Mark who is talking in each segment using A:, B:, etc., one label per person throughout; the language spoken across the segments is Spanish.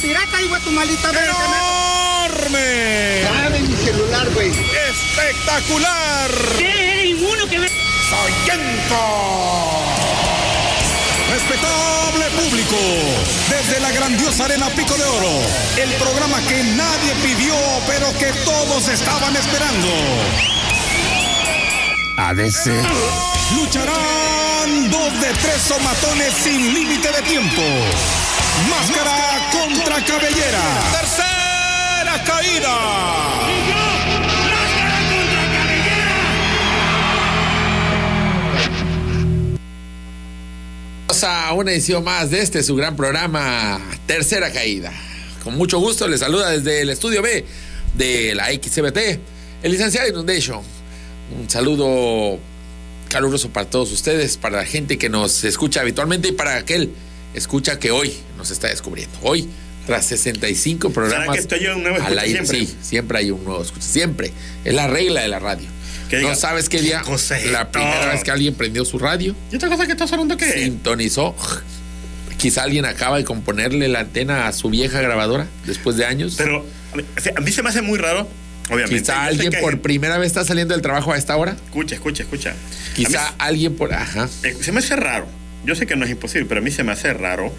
A: pirata, hijo de tu maldita madre.
B: ¡Enorme!
A: Dame mi celular, güey.
B: ¡Espectacular!
A: ¿Qué? ¿Eres inmuno que ve?
B: ¡Soyento! Respetable público, desde la grandiosa arena Pico de Oro, el programa que nadie pidió, pero que todos estaban esperando.
C: ADC.
B: Lucharán dos de tres somatones sin límite de tiempo. Máscara contra cabellera. Tercera caída.
C: Vamos a una edición más de este, su gran programa, Tercera Caída. Con mucho gusto les saluda desde el estudio B de la XCBT, el licenciado Inundation. Un saludo caluroso para todos ustedes, para la gente que nos escucha habitualmente y para aquel escucha que hoy nos está descubriendo. Hoy, tras 65 programas.
D: que estoy yo un nuevo
C: al
D: escucha
C: aire,
D: siempre?
C: Sí, siempre hay un nuevo escucha, siempre. Es la regla de la radio.
D: Que diga,
C: no sabes qué
D: "¿Qué
C: día,
D: cosa es
C: la
D: esto?".
C: primera vez que alguien prendió su radio,
D: Y otra cosa que estás hablando que.
C: sintonizó. Quizá alguien acaba de componerle la antena a su vieja grabadora después de años.
D: Pero a mí, se- a mí se me hace muy raro, obviamente.
C: Quizá
D: Yo sé
C: alguien
D: que-
C: por primera vez está saliendo del trabajo a esta hora.
D: Escucha, escucha, escucha.
C: Quizá
D: A
C: alguien por. Ajá.
D: mí- eh, se me hace raro. Yo sé que no es imposible, pero a mí se me hace raro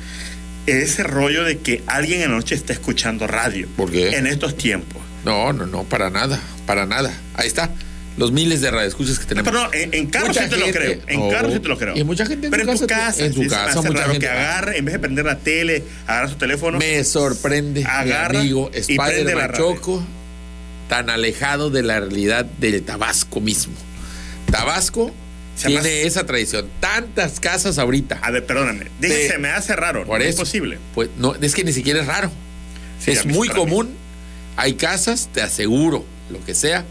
D: ese rollo de que alguien en la noche está escuchando radio.
C: ¿Por qué?
D: En estos tiempos.
C: No, no, no, para nada. Para nada. Ahí está. Los miles de radioescuchas que tenemos.
D: Pero no, en, en carro
C: Mucha
D: sí te lo
C: gente.
D: creo. En
C: Oh.
D: carro sí te lo creo.
C: Y en mucha gente en
D: Pero
C: tu
D: en tu
C: casa,
D: casa,
C: en tu
D: sí se me
C: casa,
D: hace
C: mucha
D: raro
C: gente.
D: que agarre, en vez de prender la tele, agarra su teléfono.
C: Me sorprende
D: Agarra
C: mi amigo
D: y prende la
C: Spider-Man
D: radio.
C: Choco tan alejado de la realidad del Tabasco mismo. Tabasco
D: Se
C: tiene
D: llama-
C: esa tradición. Tantas casas ahorita.
D: A ver, perdóname. Dije,
C: Te-
D: se me hace raro.
C: Por
D: no
C: eso.
D: Es posible.
C: Pues no, es que ni siquiera es raro.
D: Sí, a
C: es
D: mí sí,
C: muy
D: para mí.
C: común. Hay casas, te aseguro, lo que sea,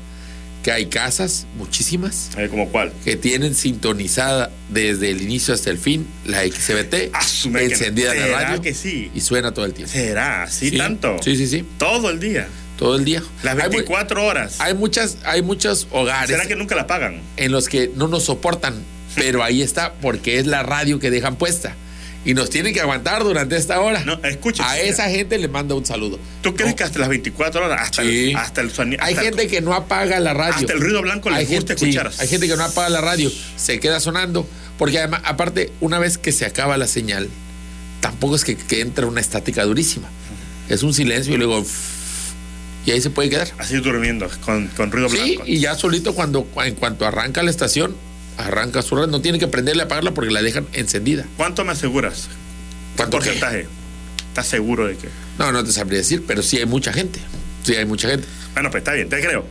C: que hay casas, muchísimas,
D: A ver, ¿como cuál?
C: que tienen sintonizada desde el inicio hasta el fin la XBT,
D: Asume que no.
C: encendida en la
D: Ah, ¿Será
C: radio
D: que sí?
C: y suena todo el tiempo.
D: ¿Será? ¿Sí,
C: Sí,
D: tanto?
C: Sí, sí, sí.
D: Todo el día.
C: Todo el día.
D: Las
C: Hay mu-
D: 24 horas.
C: Hay, muchas, hay muchos hogares
D: ¿Será que nunca la pagan?
C: en los que no nos soportan, pero ahí está porque es la radio que dejan puesta y nos tienen que aguantar durante esta hora.
D: No, escucha,
C: A
D: mira.
C: esa gente le manda un saludo.
D: ¿Tú crees
C: No.
D: que hasta las 24 horas, hasta
C: Oh. Sí.
D: el, hasta el soni-
C: Hay
D: hasta el-
C: gente que no apaga la radio.
D: hasta el ruido blanco les
C: Hay
D: gusta
C: gente- sí,
D: escuchar.
C: hay gente que no apaga la radio, se queda sonando. Porque además, aparte, una vez que se acaba la señal, tampoco es que, que entra una estática durísima. Es un silencio y luego. "Fff", Y ahí se puede quedar.
D: así durmiendo con, con ruido
C: Sí,
D: blanco?
C: y ya solito cuando en cuanto arranca la estación, arranca su red. No tiene que prenderle a apagarla porque la dejan encendida.
D: ¿Cuánto me aseguras?
C: ¿Cuánto qué?
D: porcentaje? ¿Estás seguro de que?
C: No, no te sabría decir, pero sí hay mucha gente. Sí hay mucha gente.
D: Bueno, pues está bien, te creo.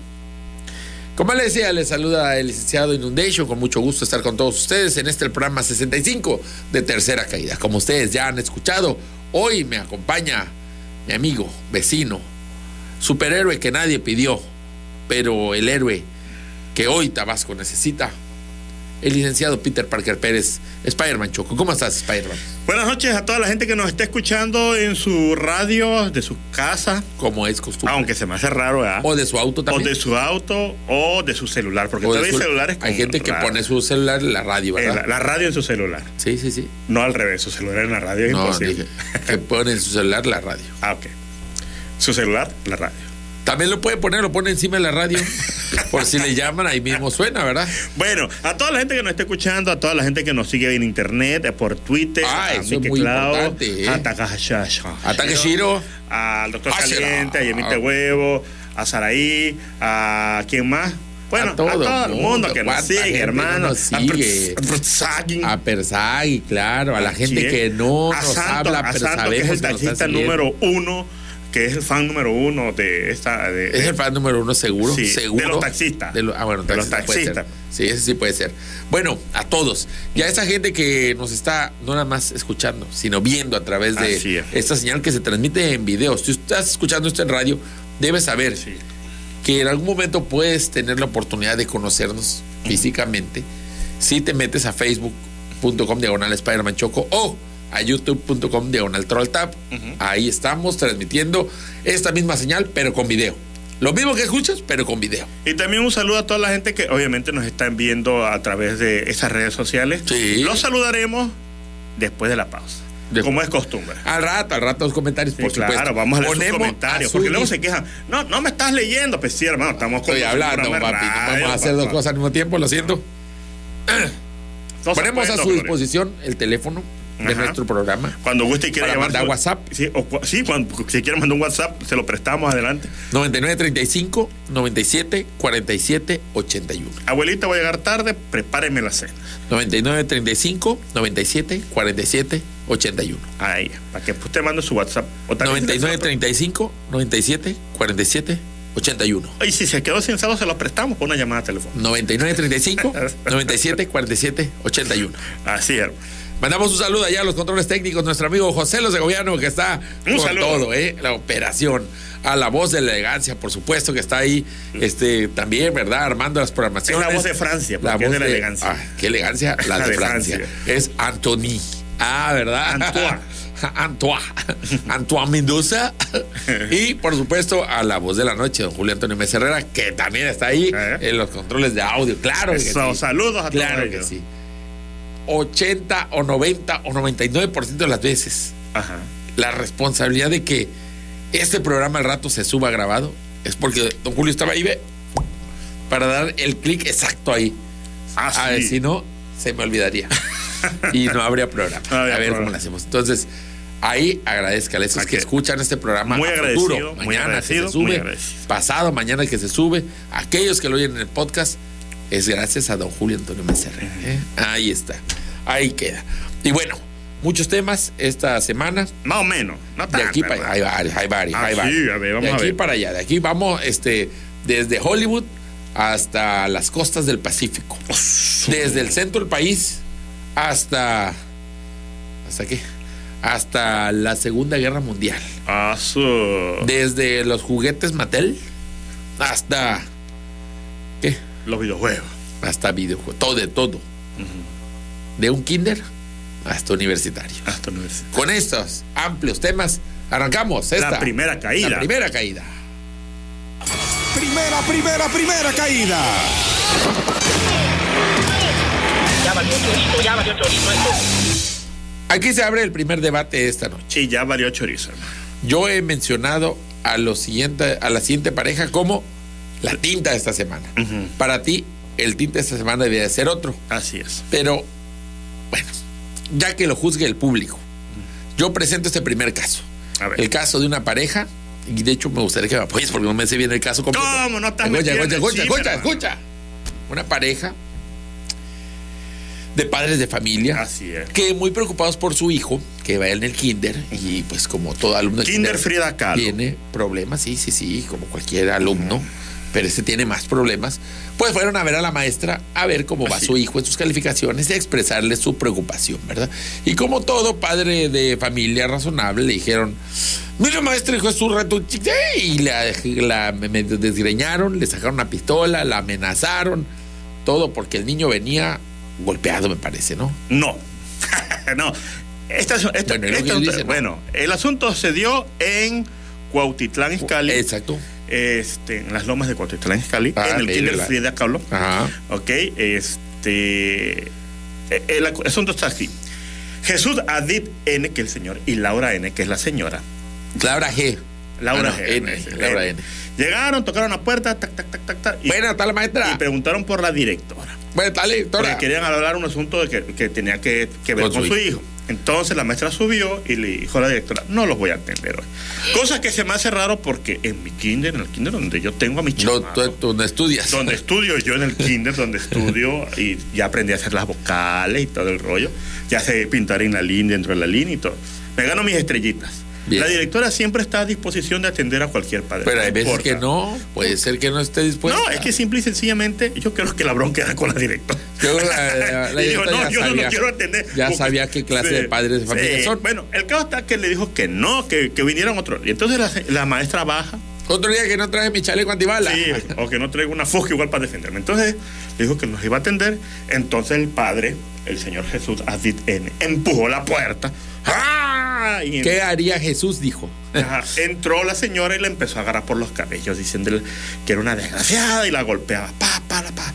C: Como les decía, les saluda el licenciado Inundation, con mucho gusto estar con todos ustedes en este programa 65 de Tercera Caída. Como ustedes ya han escuchado, hoy me acompaña mi amigo, vecino, superhéroe que nadie pidió, pero el héroe que hoy Tabasco necesita, el licenciado Peter Parker Pérez, Spider-Man Choco. ¿Cómo estás, Spider-Man?
D: Buenas noches a toda la gente que nos está escuchando en su radio, de su casa,
C: Como es costumbre.
D: aunque se me hace raro, ¿verdad?
C: O de su auto
D: O
C: también.
D: de su auto o de su celular, porque
C: O de
D: todavía
C: su-
D: hay celulares
C: Hay
D: con
C: gente que
D: ra-
C: pone su celular en la radio,
D: eh,
C: ¿verdad?
D: la, la radio en su celular.
C: Sí, sí, sí.
D: No al revés, su celular en eh. la radio es
C: No,
D: imposible.
C: dije que pone en su celular la radio.
D: Ah, ok. Su celular, la radio.
C: También lo puede poner, lo pone encima de la radio. Por si le llaman, ahí mismo suena, ¿verdad?
D: Bueno, a toda la gente que nos está escuchando, a toda la gente que nos sigue en internet, eh, por Twitter,
C: Ah,
D: a
C: eso es muy importante, eh. Ah,
D: a Takahashasha,
C: A Takeshiro.
D: al doctor
C: Hashira.
D: Caliente, a Yemite Huevo, a Saraí, a quién más. Bueno, a todo, el mundo que nos
C: ¿Cuánta
D: sigue,
C: gente no
D: hermano.
C: nos
D: A
C: sigue?
D: Prts- Prtsagin.
C: A Persagui, claro, a la gente
D: Sí, eh.
C: que no
D: a
C: nos
D: Santo,
C: habla,
D: a
C: pero
D: Santo, que
C: sabemos
D: es el
C: que nos está
D: taxista
C: siguiendo.
D: número uno, que es el fan número uno de esta. de-
C: Es el fan número uno, seguro.
D: Sí, de
C: seguro.
D: los taxistas.
C: De lo- ah, bueno,
D: De los
C: taxista puede ser.
D: taxistas.
C: Sí, ese sí puede ser. Bueno, a todos. Y a esa gente que nos está no nada más escuchando, sino viendo a través
D: Así
C: de
D: es.
C: esta señal que se transmite en video. Si estás escuchando esto en radio, debes saber
D: Sí.
C: que en algún momento puedes tener la oportunidad de conocernos físicamente si te metes a facebook.com diagonal Spider-Man Choco o a youtube.com diagonal Troll Tap. Ahí estamos transmitiendo esta misma señal, pero con video. Lo mismo que escuchas, pero con video.
D: Y también un saludo a toda la gente que obviamente nos están viendo a través de esas redes sociales.
C: Sí.
D: Los saludaremos después de la pausa.
C: De-
D: como es costumbre.
C: Al rato, al rato los comentarios,
D: Sí,
C: por
D: claro,
C: supuesto.
D: vamos a leer sus
C: Ponemos
D: comentarios.
C: a su
D: Porque luego
C: dis-
D: se quejan. No, no me estás leyendo. Pues sí, hermano, estamos
C: Estoy
D: conduciendo un
C: hablando, papi.
D: programa de
C: no
D: radio,
C: podemos hacer dos
D: papá.
C: cosas al mismo tiempo, lo siento.
D: No se
C: Ponemos
D: puede,
C: a
D: don
C: su
D: Gloria.
C: disposición el teléfono de
D: Ajá.
C: nuestro programa.
D: Cuando guste y quiera
C: Para
D: llamar.
C: mandar
D: su-
C: WhatsApp.
D: Sí, o cu- sí, cuando, si quiere mandar un WhatsApp, se lo prestamos adelante.
C: 9935 97 47 81.
D: Abuelita, voy a llegar tarde, prepáreme la cena.
C: 9935 97 47 81.
D: A ella, para que usted mande su WhatsApp. O también-
C: 9935 97 47 81.
D: Y si se quedó sin saldo, se lo prestamos con una llamada telefónica.
C: 9935 97 47 81.
D: Así es. hermano.
C: Mandamos un saludo allá a los controles técnicos, nuestro amigo José Los Segoviano, que está
D: Un
C: con
D: saludo.
C: todo, ¿eh? la operación. A la voz de la elegancia, por supuesto, que está ahí este, también, ¿verdad? Armando las programaciones.
D: Es la voz de Francia, porque es de la elegancia.
C: Ah, qué elegancia, la, de, Francia. Es Anthony. Ah, ¿verdad?
D: Antoine.
C: Antoine. Antoine Mendoza. y, por supuesto, a la voz de la noche, don Julio Antonio Mesa Herrera, que también está ahí
D: ¿Eh?
C: en los controles de audio. Claro que
D: Eso,
C: sí.
D: saludos a
C: Claro
D: todos
C: que
D: ellos.
C: sí. 80 o 90 o 99% de las veces
D: Ajá.
C: la responsabilidad de que este programa al rato se suba grabado es porque don Julio estaba ahí, ve, para dar el clic exacto ahí.
D: Ah,
C: A ver,
D: sí.
C: si no, se me olvidaría. y no habría programa.
D: No
C: a
D: habría
C: ver
D: programa.
C: cómo lo hacemos. Entonces, ahí agradezcan a esos
D: Aquí.
C: que escuchan este programa.
D: Muy
C: a
D: agradecido,
C: futuro,
D: muy
C: mañana que
D: agradecido,
C: se
D: muy
C: sube,
D: agradecido.
C: pasado mañana que se sube, aquellos que lo oyen en el podcast, es gracias a don Julio Antonio Mecerre. ¿eh? Ahí está. Ahí queda. Y bueno, muchos temas esta semana.
D: Más o menos. No
C: De
D: tanto,
C: aquí para
D: hermano.
C: hay varios, hay varios,
D: Ah,
C: hay
D: sí,
C: varios.
D: a ver, vamos
C: de
D: a
C: aquí
D: ver.
C: para allá, de aquí vamos este desde Hollywood hasta las costas del Pacífico. Desde el centro del país hasta hasta qué? Hasta la Segunda Guerra Mundial.
D: Ah, su-
C: Desde los juguetes Mattel hasta ¿qué?
D: Los videojuegos.
C: Hasta videojuegos, todo de todo. De un kinder hasta universitario.
D: Hasta universidad.
C: Con estos amplios temas arrancamos esta
D: primera caída.
C: La primera caída.
B: Primera, primera, primera caída.
E: Ya valió chorito, ya valió chorito esto.
C: Aquí se abre el primer debate esta noche.
D: Sí, ya valió chorizo, hermano.
C: Yo he mencionado a, los siguiente, a la siguiente pareja como la tinta de esta semana. Para ti, el tinta de esta semana debía de ser otro.
D: Así es.
C: Pero, bueno, ya que lo juzgue el público, yo presento este primer caso.
D: A ver.
C: El caso de una pareja, y de hecho me gustaría que me apoyes porque no me sé bien el caso completo.
D: ¿Cómo? No estás
C: Escucha,
D: metido en
C: escucha,
D: el
C: escucha,
D: chisme,
C: escucha,
D: hermano.
C: escucha. Una pareja de padres de familia.
D: Así es.
C: Que muy preocupados por su hijo, que va en el kinder, y pues como todo alumno de
D: Kinder Frida Kahlo.
C: tiene problemas, sí, sí, sí, como cualquier alumno, pero este tiene más problemas, pues fueron a ver a la maestra a ver cómo va
D: Así.
C: su hijo en sus calificaciones y a expresarle su preocupación, ¿verdad? Y como todo padre de familia razonable, le dijeron, mira maestra, hijo, es su reto, y la, la- me- me desgreñaron, le sacaron una pistola, la amenazaron, todo porque el niño venía golpeado, me parece, ¿no?
D: No. no. Este Esta- esta- esta-
C: Bueno, y lo que él dice, ¿no?
D: bueno, el asunto se dio en Cuautitlán, Iscali.
C: Exacto.
D: este, en las lomas de Cuautitlán, Iscali.
C: Ah,
D: en el
C: mira,
D: Kinder
C: la-
D: Frida Kahlo.
C: Ajá.
D: Ok, este. eh, El acu- asunto está así. Jesús Adib N, que es el señor, y Laura N, que es la señora.
C: Laura G.
D: Laura
C: Ah, no,
D: G.
C: N,
D: es-
C: Laura N.
D: Llegaron, tocaron la puerta, tac, tac, tac, tac, tac. Y,
C: Buenas tardes, maestra.
D: y preguntaron por la directora.
C: Buenas tardes,
D: Porque
C: doctora.
D: querían hablar un asunto de que, que tenía que, que ver
C: Con
D: con,
C: su
D: su hijo. Entonces la maestra subió y le dijo a la directora, no los voy a atender hoy. Cosa que se me hace raro porque en mi kinder, en el kinder donde yo tengo a mis
C: No,
D: chicos,
C: tú, tú no estudias.
D: donde estudio yo en el kinder, donde estudio y ya aprendí a hacer las vocales y todo el rollo. Ya sé pintar en la línea, dentro de la línea y todo. Me gano mis estrellitas.
C: Bien.
D: La directora siempre está a disposición de atender a cualquier padre.
C: Pero hay
D: no
C: veces
D: importa.
C: que no. Puede ser que no esté dispuesto.
D: No, es que simple y sencillamente yo creo que la bronca era con la directora.
C: Yo la- la- la
D: Y dijo,
C: directora ya
D: no, yo no
C: sabía-
D: lo quiero atender.
C: ya
D: porque-
C: sabía qué clase de padres de familia son.
D: Bueno, el caso está que le dijo que no, que, que vinieran otros. Y entonces la, la maestra baja
C: Otro día que no traje mi chaleco antibala.
D: Sí, o que no traigo una fusca igual para defenderme. Entonces, le dijo que nos iba a atender. Entonces el padre, el señor Jesús Adit N, empujó la puerta. ¡Ah! Y
C: ¿Qué haría Jesús? Dijo.
D: Ajá, entró la señora y la empezó a agarrar por los cabellos, diciéndole que era una desgraciada y la golpeaba. Pa, pa, la, pa.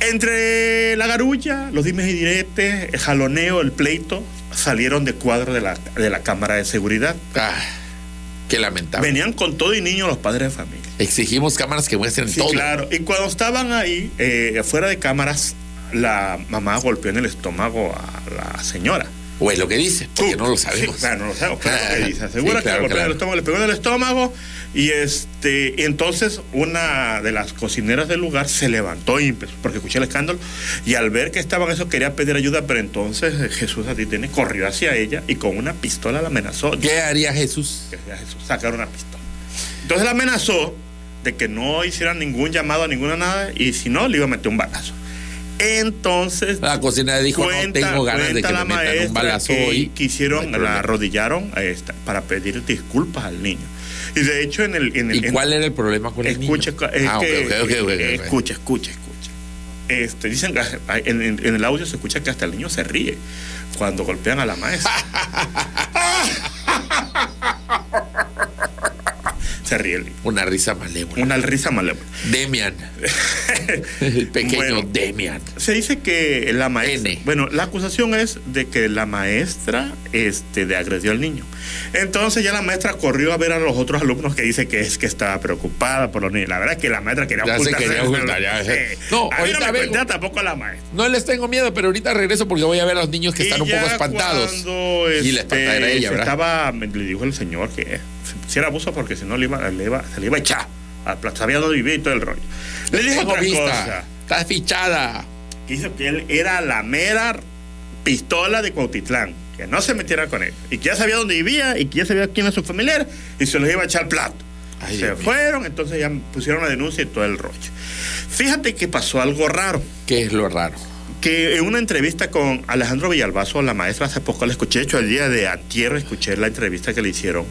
D: Entre la garulla, los dimes y diretes, el jaloneo, el pleito, salieron de cuadro de la, de la cámara de seguridad.
C: Ah, qué lamentable.
D: Venían con todo y niño los padres de familia.
C: Exigimos cámaras que muestren
D: Sí,
C: todo.
D: claro. Y cuando estaban ahí, eh, afuera de cámaras, la mamá golpeó en el estómago a la señora.
C: O es lo que dice, porque no lo sabemos.
D: Sí, claro, no lo sabemos. Claro,
C: Ah,
D: que
C: sí,
D: dice.
C: claro,
D: Asegura que le golpeó en
C: claro.
D: el estómago, le pegó en el estómago. Y este, y entonces una de las cocineras del lugar se levantó y empezó- porque escuché el escándalo. Y al ver que estaban eso, quería pedir ayuda, pero entonces eh, Jesús Atitene corrió hacia ella y con una pistola la amenazó.
C: ¿Qué haría Jesús?
D: que sea Jesús, sacar una pistola. Entonces la amenazó de que no hiciera ningún llamado a ninguna nada y si no, le iba a meter un balazo. Entonces,
C: La cocinera dijo, no
D: cuenta,
C: tengo ganas de
D: cuenta
C: que
D: la
C: me metan un
D: maestra
C: balazo
D: que,
C: hoy.
D: que hicieron,
C: No hay
D: la
C: problema.
D: arrodillaron a esta, para pedir disculpas al niño. Y de hecho, en el. En el
C: ¿Y
D: en-
C: cuál era el problema con el niño?
D: escucha, es
C: Ah, ok,
D: que-
C: ok, ok, ok, ok.
D: escucha, escucha, escucha. Este, dicen que en, en- en el audio se escucha que hasta el niño se ríe cuando golpean a la maestra. se ríe el niño.
C: Una risa malévola.
D: Una risa malévola.
C: Demian. el pequeño
D: Bueno.
C: Demian.
D: Se dice que la maestra.
C: N.
D: Bueno, la acusación es de que la maestra este, de agredió al niño. Entonces ya la maestra corrió a ver a los otros alumnos que dice que es que estaba preocupada por los niños. La verdad es que la maestra quería
C: Ya se
D: ocultarse.
C: quería ocultar, ya.
D: Sí.
C: No,
D: a mí no
C: ahorita
D: me
C: vengo.
D: cuenta tampoco a la maestra.
C: No les tengo miedo, pero ahorita regreso porque voy a ver a los niños que
D: Y
C: están un
D: ya
C: poco espantados.
D: cuando,
C: y la
D: este,
C: espantada era ella,
D: se
C: ¿verdad?
D: Estaba, me- le dijo el señor que eh, si era abuso porque si no le iba, le iba- se le iba a echar. A- Sabía dónde vivía y todo el rollo. Le dijo
C: Tengo
D: otra
C: vista.
D: cosa.
C: Está fichada.
D: que hizo que él era la mera pistola de Cuautitlán, que no se metiera con él, y que ya sabía dónde vivía, y que ya sabía quién era su familiar, y se los iba a echar plato.
C: Ay,
D: se
C: Dios mío.
D: fueron, entonces ya pusieron la denuncia y todo el rollo. Fíjate que pasó algo raro,
C: ¿Qué es lo raro?
D: que en una entrevista con Alejandro Villalbazo, la maestra, hace poco la escuché, de hecho el día de antier escuché la entrevista que le hicieron.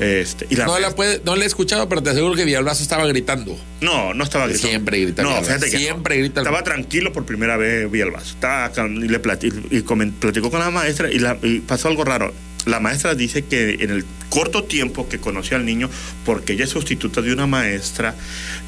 D: Este, y la
C: No
D: maestra-
C: la, puede, no la he escuchado, pero te aseguro que Villalbazo estaba gritando.
D: No, no estaba gritando.
C: Siempre grita
D: No,
C: Villalbazo.
D: fíjate que
C: Siempre
D: no.
C: grita el-
D: Estaba tranquilo por primera vez Villalbazo. Estaba cal- y le plati- y comen- platicó con la maestra y, la- y pasó algo raro. La maestra dice que en el corto tiempo que conoció al niño, porque ella es sustituta de una maestra,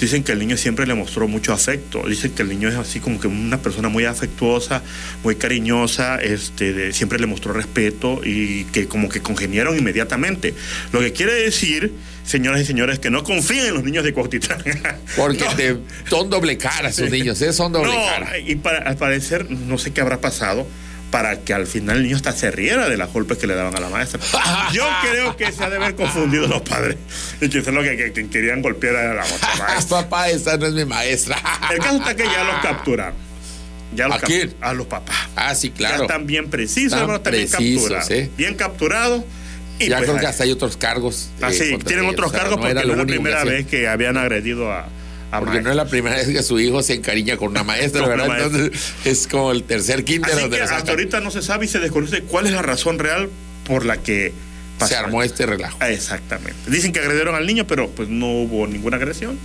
D: dicen que el niño siempre le mostró mucho afecto. Dicen que el niño es así como que una persona muy afectuosa, muy cariñosa, este, de- siempre le mostró respeto y que como que congeniaron inmediatamente. Lo que quiere decir, señoras y señores, que no confíen en los niños de Cuautitlán.
C: Porque
D: No.
C: te- son doble cara esos niños, ¿eh? son doble cara.
D: No, y para, al parecer, no sé qué habrá pasado para que al final el niño hasta se riera de las golpes que le daban a la maestra. Yo creo que se ha de haber confundido los padres y quizás lo que, que- que querían golpear a la otra
C: Ah,
D: maestra.
C: papá, esa no es mi maestra.
D: El caso está que ya los capturaron. Ya los
C: ¿A
D: cap-
C: quién?
D: A los papás.
C: Ah, sí,
D: Ya
C: claro.
D: están bien precisos,
C: Están
D: hermano, están bien
C: precisos,
D: capturados.
C: ¿eh?
D: Bien capturados. y
C: ya
D: pues
C: creo que
D: ahí.
C: hasta hay otros cargos. eh,
D: Ah, sí,
C: contra
D: tienen
C: ellos.
D: otros
C: O sea,
D: cargos
C: no
D: porque
C: era
D: no
C: lo
D: es la
C: único que
D: primera
C: hacían.
D: vez que habían agredido a, a
C: Porque no
D: maestros.
C: es la primera vez que su hijo se encariña con una maestra,
D: Con una
C: ¿verdad?
D: maestra.
C: Entonces es como el tercer kinder
D: Así
C: donde
D: que
C: lo
D: hasta
C: sacan.
D: ahorita no se sabe y se desconoce cuál es la razón real por la que
C: se
D: pasó.
C: armó este relajo.
D: Ah, Exactamente. Dicen que agredieron al niño, pero pues no hubo ninguna agresión.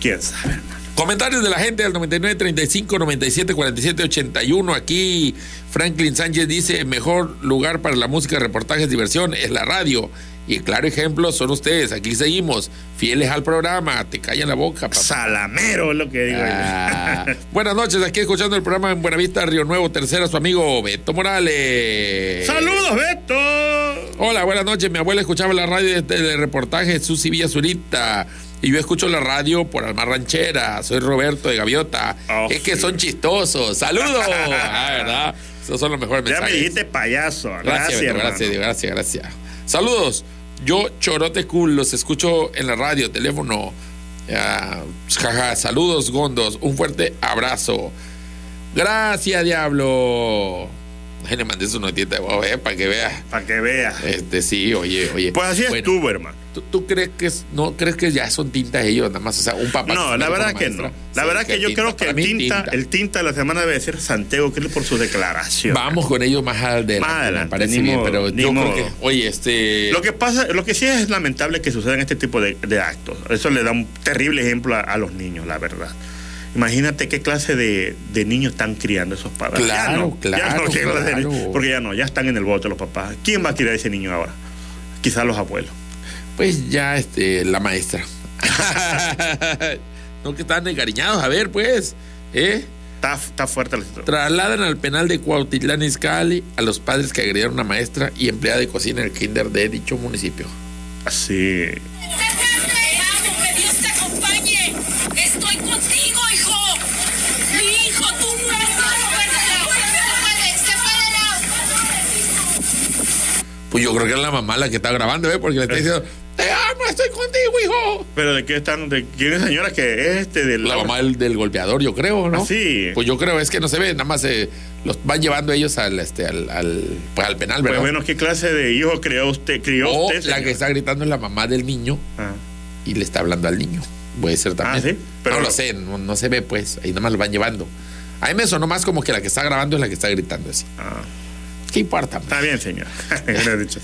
D: ¿Quién sabe?
C: Comentarios de la gente al 99 35 97 47 81. Aquí Franklin Sánchez dice: mejor lugar para la música, reportajes, diversión es la radio. Y el claro ejemplo son ustedes. Aquí seguimos, fieles al programa. Te callan la boca, papá.
D: Salamero es lo que digo
C: Ah,
D: yo.
C: buenas noches, aquí escuchando el programa en Buenavista, Río Nuevo, tercera, su amigo Beto Morales.
D: ¡Saludos, Beto!
C: Hola, buenas noches. Mi abuela escuchaba la radio de telereportaje Susi Villa Zurita. Y yo escucho la radio por Alma Ranchera. Soy Roberto de Gaviota.
D: Oh,
C: es que
D: sí.
C: son chistosos. ¡Saludos! ah, ¿verdad? Esos son los mejores
D: Ya me
C: mensajes.
D: dijiste payaso. Gracias,
C: Pues Gracias, Beto,
D: hermano.
C: gracias, Diego, gracias, gracias. Saludos. Yo, Chorote Cool, los escucho en la radio, teléfono. Ah, jaja, saludos, Gondos. Un fuerte abrazo. Gracias, Diablo. Ay, le mandé su notita de voz, eh, para que vea.
D: Para que veas.
C: Este, sí, oye, oye.
D: Pues así
C: Bueno,
D: estuvo, hermano.
C: ¿tú, tú crees que es- no crees que ya son tintas ellos nada más? O sea, un papá.
D: No, la verdad que no. La verdad que yo creo que el tinta, el tinta de la semana debe ser Santiago Krill por su declaración.
C: Vamos con ellos más adelante.
D: Más adelante,
C: me parece
D: ni
C: bien,
D: modo,
C: pero
D: ni
C: yo
D: modo.
C: creo que. Oye, este.
D: Lo que pasa, lo que sí es lamentable que sucedan este tipo de, de actos. Eso le da un terrible ejemplo a, a los niños, la verdad. Imagínate qué clase de, de niños están criando esos padres. Ya
C: Claro,
D: no, ya
C: claro,
D: no, qué clase de niños,
C: claro.
D: porque ya no, ya están en el bote los papás. ¿Quién va a criar a ese niño ahora? Quizás los abuelos.
C: Pues ya, este, la maestra. no que están encariñados, a ver, pues. ¿eh?
D: Está, está fuerte la situación.
C: Trasladan al penal de Cuautitlán Izcalli a los padres que agredieron a maestra y empleada de cocina en el kinder de dicho municipio.
D: Sí.
F: Te amo, que Dios te acompañe. Estoy contigo, hijo. Mi hijo, tú no puedes.
C: Pues yo creo que es la mamá la que está grabando, ¿eh? Porque le está diciendo, te amo, estoy contigo, hijo.
D: Pero de qué están, de quién es señora que este de
C: La mamá del, del golpeador, yo creo, ¿no?
D: Ah, sí.
C: Pues yo creo, es que no se ve, nada más eh, los van llevando ellos al, este, al, al- pues, al penal,
D: Pues
C: ¿verdad?
D: bueno, ¿qué clase de hijo crió usted? Crió
C: o Oh,
D: usted
C: la
D: señora?
C: que está gritando es la mamá del niño
D: Ah.
C: y le está hablando al niño. Puede ser también.
D: Ah, ¿sí? Pero-
C: no lo sé, no, no se ve, pues. Ahí nada más lo van llevando. A mí me sonó más como que la que está grabando es la que está gritando así.
D: Ah.
C: ¿Qué importa? hombre?
D: Está bien, señor. Hubiera dicho.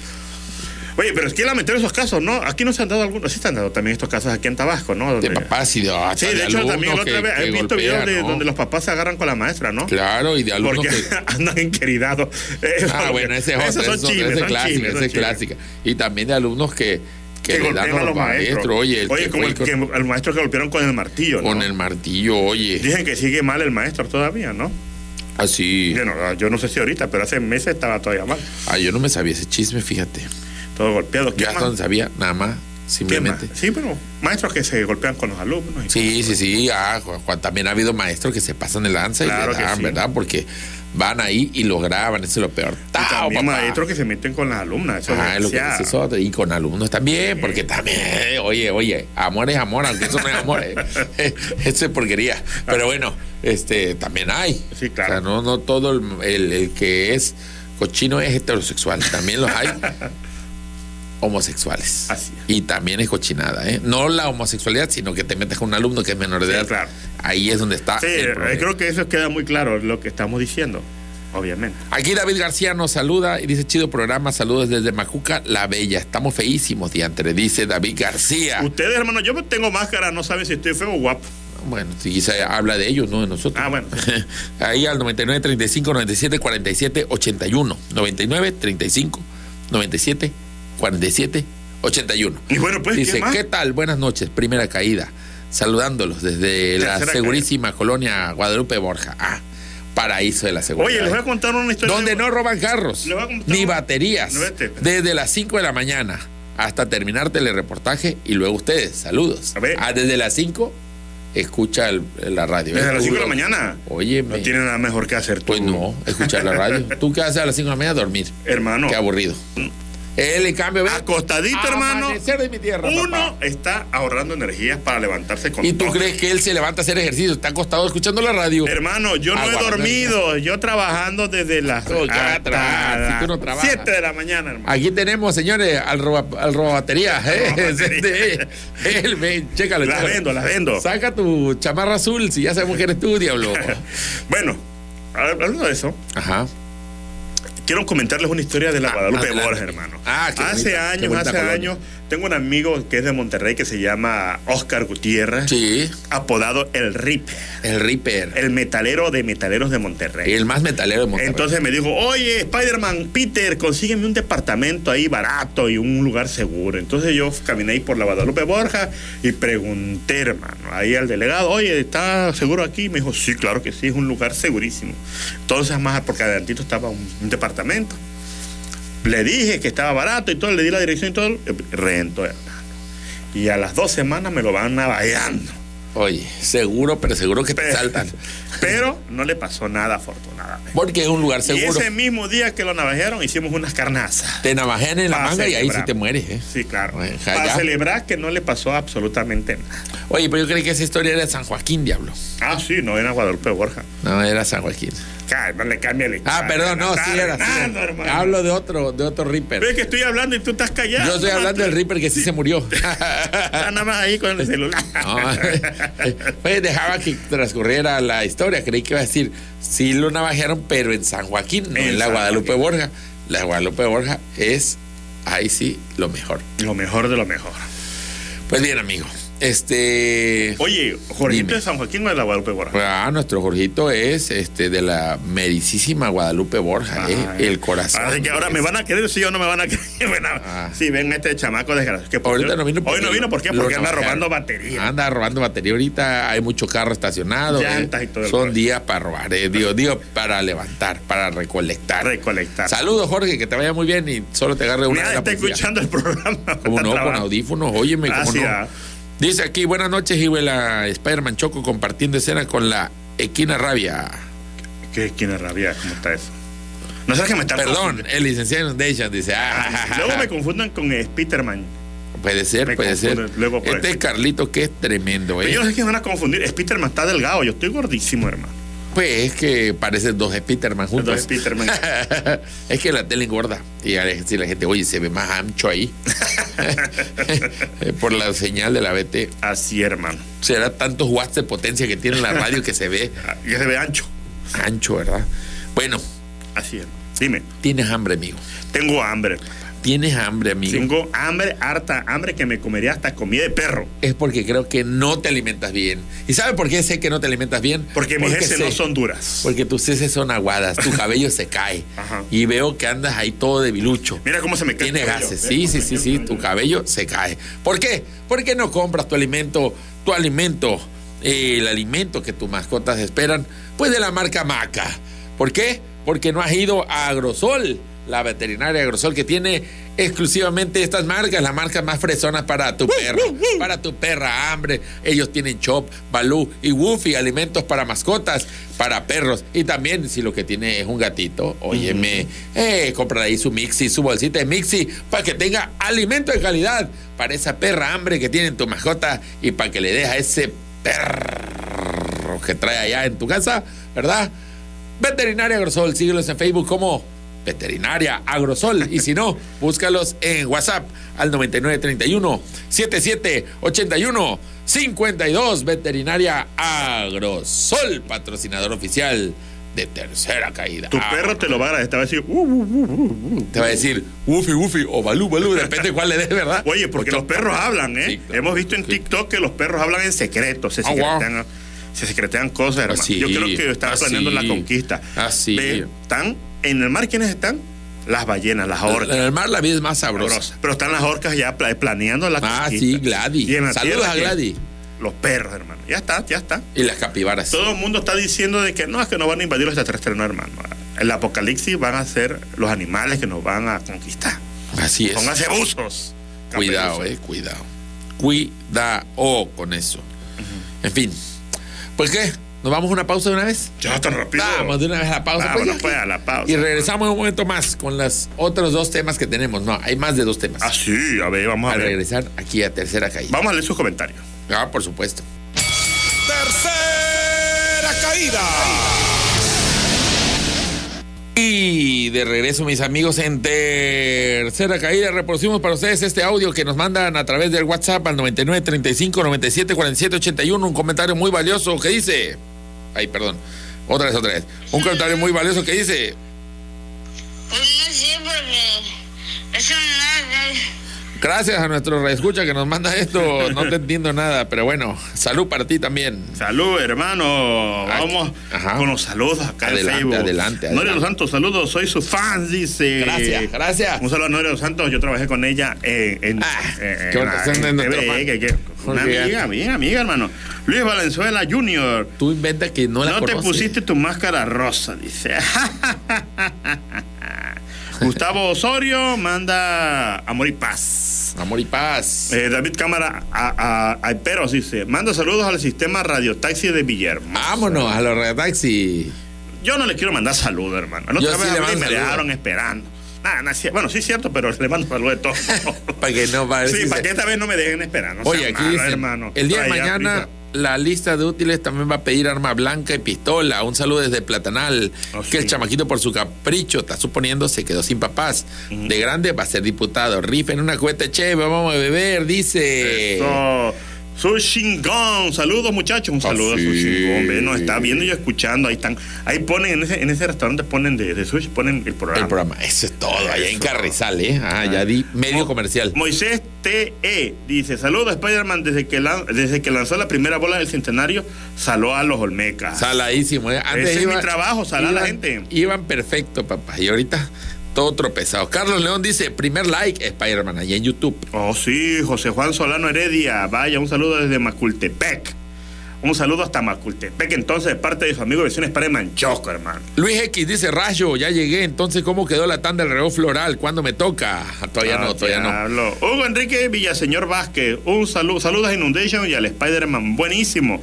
D: Oye, pero es que lamentable esos casos, ¿no? Aquí no se han dado algunos, sí se han dado también estos casos aquí en Tabasco, ¿no?
C: De
D: Donde-
C: papás y de. ah,
D: Sí,
C: de
D: de hecho
C: alumnos
D: también la
C: que-
D: otra vez
C: que
D: he visto
C: golpean,
D: videos de,
C: ¿no?
D: donde los papás se agarran con la maestra, ¿no?
C: Claro, y de alumnos
D: Porque
C: que.
D: andan enqueridados. Eso es
C: Ah,
D: lo
C: bueno,
D: que-
C: ese es otro,
D: esos
C: ese
D: son
C: es otro,
D: chiles,
C: ese es
D: son
C: clásico,
D: chiles,
C: ese
D: son
C: es
D: chiles.
C: clásico. Y también de alumnos que, que,
D: Que
C: le dan
D: golpean a los maestros.
C: Oye, el que
D: como el,
C: fue
D: que, al maestro que golpearon con el martillo, ¿no?
C: con el martillo, oye.
D: Dicen que sigue mal el maestro todavía, ¿no?
C: Así.
D: Yo no, yo no sé si ahorita, pero hace meses estaba todavía mal.
C: Ah, yo no me sabía ese chisme, fíjate.
D: Todo golpeado. ¿Qué
C: Yo hasta
D: más?
C: no sabía, nada más,
D: ¿Qué más?
C: simplemente.
D: Sí, pero maestros que se golpean con los alumnos. y-
C: Sí, sí, sí. Ah, Juan, Juan, también ha habido maestros que se pasan de lanza
D: Claro
C: y
D: que
C: le dan,
D: sí.
C: ¿verdad? Porque van ahí y lo graban, eso es lo peor.
D: Y
C: ¡Tao,
D: también
C: Ah, papá!
D: maestros que se meten con las alumnas. Eso
C: Ah, es lo que
D: demasiado.
C: dice Soto, Y con alumnos también, porque también, eh, oye, oye, amor es amor, aunque eso no es amor, eh. eso es porquería. Pero bueno, este también hay.
D: Sí, claro.
C: O sea, no, no todo el, el- el que es cochino es heterosexual, también los hay homosexuales.
D: Así es.
C: Y también es cochinada, ¿eh? No la homosexualidad, sino que te metes con un alumno que es menor de
D: Sí,
C: edad.
D: claro.
C: Ahí es donde está.
D: Sí,
C: el
D: eh,
C: problema.
D: creo que eso queda muy claro lo que estamos diciendo, obviamente.
C: Aquí David García nos saluda y dice, chido programa, saludos desde Macuca, La Bella. Estamos feísimos, diantre, dice David García.
D: Ustedes, hermano, yo tengo máscara, no saben si estoy feo o guapo.
C: Bueno, si quizá habla de ellos, no de nosotros.
D: Ah, bueno.
C: Ahí al 99 35 97 47 81. 99 35 97 47 81.
D: Y bueno, pues, ¿qué
C: Dice,
D: más?
C: ¿qué tal? Buenas noches, primera caída. Saludándolos desde la
D: Tercera
C: segurísima colonia Guadalupe Borja. Ah, paraíso de la seguridad.
D: Oye, les voy a contar una historia.
C: Donde
D: de-
C: no roban carros,
D: Le voy a contar
C: ni
D: una-
C: baterías.
D: No, vete.
C: Desde las 5 de la mañana hasta terminar telereportaje y luego ustedes, saludos.
D: A ver.
C: Ah, desde las 5 escucha el- la radio.
D: Desde las 5 de la
C: Tú-
D: mañana.
C: Oye,
D: No
C: me-
D: tienen nada mejor que hacer tú.
C: pues no, escuchar la radio. ¿Tú qué haces a las 5 de la mañana? Dormir.
D: Hermano.
C: Qué aburrido. Él, en cambio, ve.
D: Acostadito, Ah, hermano.
C: Amanecer de mi tierra,
D: Uno
C: papá.
D: está ahorrando energías para levantarse con
C: ¿Y tú
D: todo.
C: crees que él se levanta a hacer ejercicio? Está acostado escuchando la radio.
D: Hermano, yo no he
C: Aguanta,
D: dormido. Yo trabajando desde las
C: No, ya atrás, si tú no trabajas.
D: 7 de la mañana, hermano.
C: Aquí tenemos, señores, al roba, al robabaterías, ¿eh? Este, él, ven, chécalo.
D: Las
C: chécalo.
D: vendo, las vendo.
C: Saca tu chamarra azul si ya sabemos que eres tú, diablo.
D: Bueno, hablando de eso,
C: Ajá.
D: quiero comentarles una historia de la Guadalupe
C: Ah, adelante.
D: Borges, hermano.
C: Ah, qué
D: hace
C: bonita, qué
D: años,
C: bonita
D: hace
C: colonia.
D: años, tengo un amigo que es de Monterrey que se llama Oscar Gutiérrez,
C: Sí,
D: apodado El Rip,
C: el Reaper.
D: el metalero de metaleros de Monterrey.
C: El más metalero de Monterrey.
D: Entonces me dijo, oye, Spider-Man, Peter, consígueme un departamento ahí barato y un lugar seguro. Entonces yo caminé ahí por la Guadalupe Borja y pregunté, hermano, ahí al delegado, oye, ¿está seguro aquí? Me dijo, sí, claro que sí, es un lugar segurísimo. Entonces, más porque adelantito estaba un, un departamento. Le dije que estaba barato y todo, le di la dirección y todo, eh, rentó, hermano. Y a las dos semanas me lo van avallando.
C: Oye, seguro, pero seguro que te
D: Pero-
C: saltan.
D: Pero no le pasó nada, afortunadamente.
C: Porque es un lugar seguro.
D: Y ese mismo día que lo navajearon, hicimos unas carnazas.
C: Te navajean en la
D: Para
C: manga y ahí sí
D: celebrar.
C: te mueres, ¿eh?
D: Sí, claro.
C: Bueno, ya.
D: Para celebrar que no le pasó absolutamente nada.
C: Oye, pero yo creí que esa historia era de San Joaquín, diablo.
D: Ah, sí, no era Guadalupe Borja.
C: No, era San Joaquín.
D: Ca- No le cambia el
C: Ah, perdón, no, sí era. sí era.
D: Nada, hermano.
C: Hablo de otro, de otro Reaper.
D: Ve que estoy hablando y tú estás callado.
C: Yo estoy hablando del Reaper que sí se murió.
D: Está nada más ahí con el celular.
C: No, pues dejaba que transcurriera la historia. Creí que iba a decir, sí lo navajearon, pero en San Joaquín, no en,
D: En
C: la
D: San
C: Guadalupe
D: Joaquín.
C: Borja. La Guadalupe Borja es, ahí sí, lo mejor.
D: lo mejor de lo mejor.
C: Pues bien, amigo, Este.
D: Oye, Jorgito
C: Dime.
D: de San Joaquín o de la Guadalupe Borja.
C: Ah, nuestro Jorgito es este de la mericísima Guadalupe Borja, ¿eh?
D: Ay.
C: el corazón.
D: Así que ahora me van a querer, sí o no me van a querer. Bueno,
C: Ah.
D: sí, ven este chamaco desgraciado. Que por
C: Ahorita
D: Dios-
C: no vino
D: Hoy no vino, ¿por qué?
C: lo
D: Porque anda
C: sacaron. Ah,
D: robando batería.
C: Anda robando batería ahorita, hay mucho carro estacionado.
D: Llantas
C: eh.
D: y todo el
C: Son
D: rollo.
C: días para robar, eh, digo, digo, para levantar, para recolectar.
D: Recolectar.
C: Saludos, Jorge, que te vaya muy bien y solo te agarre una
D: Mira,
C: de la
D: está
C: policía.
D: escuchando el programa.
C: Como
D: Está
C: no, con
D: trabajando.
C: audífonos, óyeme, como
D: Así,
C: no.
D: ah.
C: Dice aquí, buenas noches, Hibuela Spider-Man Choco compartiendo escena con la Equina Rabia.
D: ¿Qué, ¿Quién es rabia? ¿Cómo está eso? No sabes que me está
C: Perdón, el licenciado Inundation dice, ah,
D: Luego me confundan con Spiderman.
C: puede ser,
D: me
C: puede ser.
D: confunde, luego por
C: este
D: ahí.
C: Carlito que es tremendo,
D: Pero
C: ¿eh?
D: yo no sé que me van a confundir. Spiderman está delgado. Yo estoy gordísimo, hermano.
C: Pues es que parecen dos Spiderman juntos.
D: Dos Spiderman.
C: es que la tele engorda. Y a veces la gente, oye, se ve más ancho ahí. Por la señal de la BT.
D: Así, hermano.
C: Será tantos watts de potencia que tiene la radio que se ve
D: Ah, Ya se ve ancho.
C: ancho, ¿verdad? Bueno,
D: Así, hermano. Dime,
C: tienes hambre, amigo.
D: tengo hambre.
C: Tienes hambre, amigo.
D: Tengo hambre, harta hambre que me comería hasta comida de perro.
C: Es porque creo que no te alimentas bien. ¿Y sabes por qué sé que no te alimentas bien?
D: Porque mis
C: sé-
D: heces no son duras.
C: Porque tus heces son aguadas, tu cabello se cae.
D: Ajá.
C: Y veo que andas ahí todo debilucho.
D: Mira cómo se me cae.
C: Tiene
D: el cabello. ¿eh?
C: gases,
D: Mira
C: sí,
D: cómo
C: sí,
D: se
C: sí,
D: me
C: sí,
D: cae el
C: tu
D: cabello.
C: cabello se cae. ¿Por qué? ¿Por qué no compras tu alimento, tu alimento, eh, el alimento que tus mascotas esperan? Pues de la marca Maca. ¿Por qué? Porque no has ido a Agrosol, la veterinaria Agrosol que tiene exclusivamente estas marcas, las marcas más fresonas para tu perro, para tu perra hambre. Ellos tienen Chop, Balú y Woofy, alimentos para mascotas, para perros. Y también si lo que tiene es un gatito, óyeme, eh, compra ahí su Mixi, su bolsita de Mixi, para que tenga alimento de calidad para esa perra hambre que tiene tu mascota y para que le deja ese perro que trae allá en tu casa, ¿verdad? Veterinaria Agrosol, síguelos en Facebook como Veterinaria Agrosol y si no, búscalos en WhatsApp al 9931 7781 52 Veterinaria Agrosol, patrocinador oficial de Tercera Caída.
D: Tu
C: Ah,
D: perro te lo va a agradecer. Te va a decir, "Uh, uh, uh, uh, uh".
C: te va a decir Ufi, Ufi o Balú, Balú, depende cuál le des, ¿verdad?
D: Oye, porque
C: O
D: los
C: chop.
D: perros hablan, ¿eh?
C: Sí, claro.
D: Hemos visto en
C: Sí.
D: TikTok que los perros hablan en secreto, se
C: Ah, wow.
D: secretean, se secretean cosas, hermano.
C: Así,
D: Yo creo que están
C: así,
D: planeando la conquista.
C: así.
D: Ve, Están en el mar, ¿quiénes están? Las ballenas, las
C: En
D: orcas.
C: el mar la vida es más sabrosa.
D: Pero están las orcas ya pla- planeando la
C: Ah,
D: conquista.
C: sí, Gladys.
D: Y en la
C: Saludos
D: tierra,
C: a
D: ¿qué?
C: Gladys.
D: Los perros, hermano. Ya está, ya está.
C: Y las capibaras.
D: Todo el mundo está diciendo de que no, es que nos van a invadir los extraterrestres, no, hermano. El apocalipsis van a ser los animales que nos van a conquistar.
C: Así es.
D: Pónganse buzos.
C: Cuidado, eh, cuidado. Cuidado con eso. En fin. Pues qué, ¿nos vamos a una pausa de una vez?
D: Ya tan rápido.
C: Vamos de una vez a la pausa.
D: Vámonos,
C: ya.
D: pues, a la pausa.
C: Y regresamos en un momento más con los otros dos temas que tenemos. No, hay más de dos temas.
D: Ah, sí, a ver, vamos a,
C: Al
D: ver.
C: regresar aquí a Tercera Caída.
D: Vamos a leer sus comentarios.
C: Ah, por supuesto.
B: Tercera caída.
C: Y de regreso, mis amigos, en tercera caída, reproducimos para ustedes este audio que nos mandan a través del WhatsApp al 99 35 97 47 81. Un comentario muy valioso que dice. Ay, perdón. Otra vez, otra vez. Un comentario muy valioso que dice.
F: No sé, porque eso no
C: Gracias a nuestro reescucha que nos manda esto. No te entiendo nada, pero bueno, salud para ti también.
D: Salud, hermano.
C: Ah,
D: Vamos
C: ajá.
D: con los saludos acá
C: Adelante,
D: en Facebook.
C: adelante, adelante.
D: Noelia Los Santos, saludos. Soy su fan, dice.
C: Gracias, gracias.
D: Un saludo a Noelia Los Santos. Yo trabajé con ella en. en
C: Ah,
D: en-
C: qué
D: en-
C: bueno, son de
D: en
C: nuestro
D: TV,
C: fan.
D: que- que- Una
C: Muy bien.
D: amiga, amiga, amiga, hermano. Luis Valenzuela Jr.
C: Tú inventas que no la
D: No te
C: conoces.
D: pusiste tu máscara rosa, dice. Gustavo Osorio manda amor y paz.
C: Amor y paz.
D: Eh, David Cámara a, a, a Peros dice, manda saludos al sistema radiotaxi de Guillermo.
C: Vámonos a los radiotaxi.
D: Yo no le quiero mandar saludos, hermano. La
C: Yo
D: otra
C: sí
D: vez
C: le
D: hablé y
C: mando
D: me
C: saludos.
D: dejaron esperando. Nada, nada, sí- bueno, sí es cierto, pero le mando saludos de todos.
C: Para que no para-
D: sí, para que esta vez no me dejen esperando.
C: Oye, aquí dicen, el día de mañana la lista de útiles también va a pedir arma blanca y pistola. Un saludo desde Platanal,
D: Oh,
C: que
D: sí.
C: el chamaquito por su capricho, está suponiendo, se quedó sin papás. De grande va a ser diputado. Rifen una cueta chévere, vamos a beber, dice.
D: Eso. Soy Shingón. Saludos, muchachos. Un saludo a Soy
C: eh, Ah, sí.
D: Shingón. Ve, Nos está viendo y escuchando. Ahí están. Ahí ponen, en ese, en ese restaurante ponen de, de sushi, ponen el programa.
C: El programa, eso es todo, allá en
D: Eso.
C: Carrizal, ¿eh? Ah, ya di medio comercial.
D: Moisés T.E. dice: Saludos, Spider-Man. Desde, que lan- desde que lanzó la primera bola del centenario, saló a los Olmecas.
C: Saladísimo, ¿eh?
D: Ese es mi trabajo, salar a la
C: iban-
D: gente.
C: Iban perfecto, papá. Y ahorita todo tropezado. Carlos León dice, primer like, Spider-Man, allá en YouTube.
D: Oh, sí, José Juan Solano Heredia. Vaya, un saludo desde Macultepec. Un saludo hasta Macultepec, entonces, de parte de su amigo Versión Spider-Man Choco, hermano.
C: Luis X dice, Rayo, ya llegué. Entonces, ¿cómo quedó la tanda del reloj floral? ¿Cuándo me toca? Ah, Todavía
D: Ah,
C: no, todavía no.
D: diablo. Hugo Enrique Villaseñor Vázquez, un saludo, saludos a Inundation y al Spider-Man, buenísimo.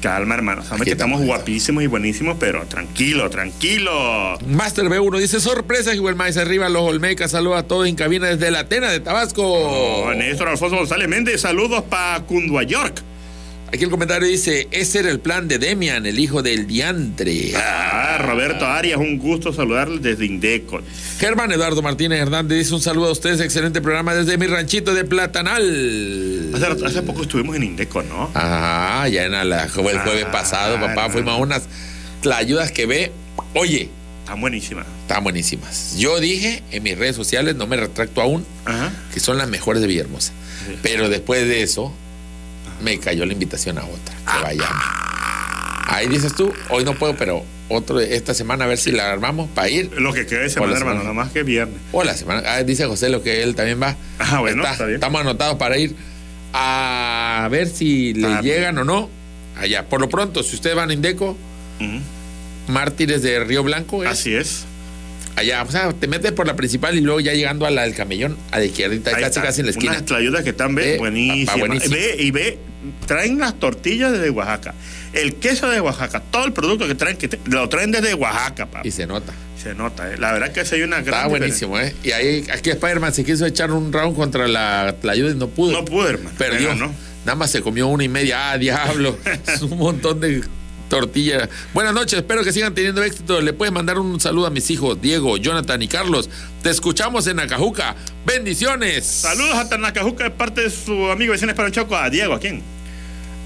D: Calma, hermano, sabes
C: Aquí
D: que estamos
C: estamos.
D: guapísimos y buenísimos, pero tranquilo, tranquilo.
C: Master B1 dice, sorpresa, igual más arriba, los Olmecas, saludos a todos en cabina desde la Atena de Tabasco.
D: Oh, Néstor Alfonso González Méndez, saludos para Cundua York.
C: Aquí el comentario dice, ese era el plan de Demian, el hijo del diantre.
D: Ah, Roberto Arias, un gusto saludarles desde Indeco.
C: Germán Eduardo Martínez Hernández dice un saludo a ustedes, excelente programa desde mi ranchito de Platanal.
D: Hace, hace poco estuvimos en Indeco, ¿no?
C: Ah, ya en la- fue el jueves
D: Ah,
C: pasado, papá,
D: no.
C: fuimos a unas las ayudas que ve. Oye,
D: Están buenísimas.
C: están buenísimas. Yo dije en mis redes sociales, no me retracto aún,
D: Ajá.
C: que son las mejores de Villahermosa. Pero después de eso, me cayó la invitación a otra,
D: Ah.
C: que vayamos. Ahí dices tú, hoy no puedo, pero otro esta semana a ver si la armamos para ir.
D: Lo que queda de semana,
C: Hola,
D: hermano,
C: semana.
D: nada más que viernes.
C: O la semana. ah, dice José lo que él también va.
D: Ah, bueno, está bien.
C: Estamos anotados para ir a ver si le
D: Ah,
C: llegan o no allá. Por lo pronto, si ustedes van a Indeco,
D: Ujú. Ah,
C: Mártires de Río Blanco, es
D: Así es.
C: allá. O sea, te metes por la principal y luego ya llegando a la del camellón, a la izquierdita,
D: Ahí
C: casi
D: está.
C: casi en la esquina.
D: Unas tlayudas que están, ve,
C: Eh,
D: buenísimas.
C: papá, buenísimo.
D: Ve, y ve, traen las tortillas desde Oaxaca, el queso de Oaxaca, todo el producto que traen, que te- lo traen desde Oaxaca, papá.
C: Y se nota.
D: Se nota, eh. la verdad que se hay una gran.
C: Está
D: diferencia.
C: buenísimo, ¿eh? Y ahí, aquí Spider-Man se quiso echar un round contra la, la ayuda y no pudo.
D: No pude, hermano.
C: Perdió.
D: Pero no.
C: Nada más se comió una y media. Ah, diablo. es un montón de tortillas. Buenas noches, espero que sigan teniendo éxito. Le puedes mandar un saludo a mis hijos, Diego, Jonathan y Carlos. Te escuchamos en Acajuca. Bendiciones.
D: Saludos a Tanacajuca de parte de su amigo vecino Esperanza Choco, a Diego, ¿a quién?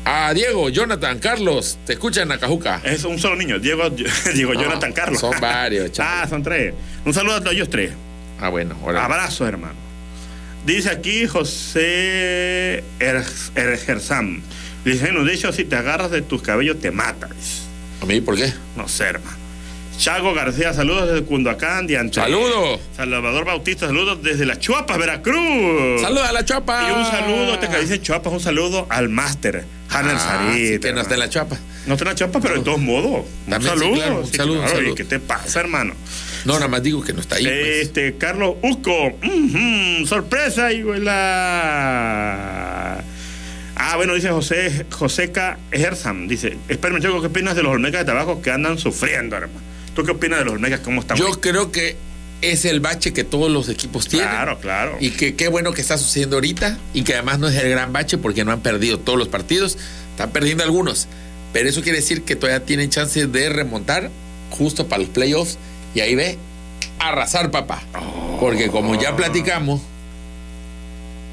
C: A Diego, Jonathan, Carlos. Te escuchan en Acajuca.
D: Es un solo niño, Diego, Diego
C: No,
D: Jonathan Carlos.
C: Ah, son varios, chaval.
D: ah, son tres. Un saludo a todos ellos tres.
C: Ah, bueno, ahora.
D: Abrazos, hermano. Dice aquí José Er- Ergersam. Dice, no, de hecho, si te agarras de tus cabellos, te matas.
C: ¿A mí por qué?
D: No sé, hermano. Chago García, saludos desde Cunduacán, Diante.
C: Saludos.
D: Salvador Bautista, saludos desde Las Chuapas, Veracruz.
C: Saluda a la chapa.
D: Y un saludo, te que dice Chuapas, un saludo al máster, Hanner
C: Ah,
D: Sarit.
C: sí, que no está en la chapa.
D: No está en la Chuapa, pero de todos modos. Un
C: También, sí,
D: saludo.
C: claro, un
D: Sí,
C: saludo, un
D: claro, ¿y
C: saludo.
D: ¿Qué te pasa, hermano?
C: No, nada más digo que no está ahí. pues.
D: Este, Carlos Uco. Ujú, sorpresa, Iguela. Ah, bueno, dice José Joseca Hersam. Dice, espérame, Choco, ¿qué opinas de los Olmecas de Tabaco que andan sufriendo, hermano? ¿Tú qué opinas de los Olmecas? ¿Cómo están?
C: Yo creo que es el bache que todos los equipos tienen.
D: Claro, claro.
C: Y que qué bueno que está sucediendo ahorita y que además no es el gran bache porque no han perdido todos los partidos, están perdiendo algunos. Pero eso quiere decir que todavía tienen chance de remontar justo para los playoffs y ahí ve, arrasar papá. Porque como ya platicamos,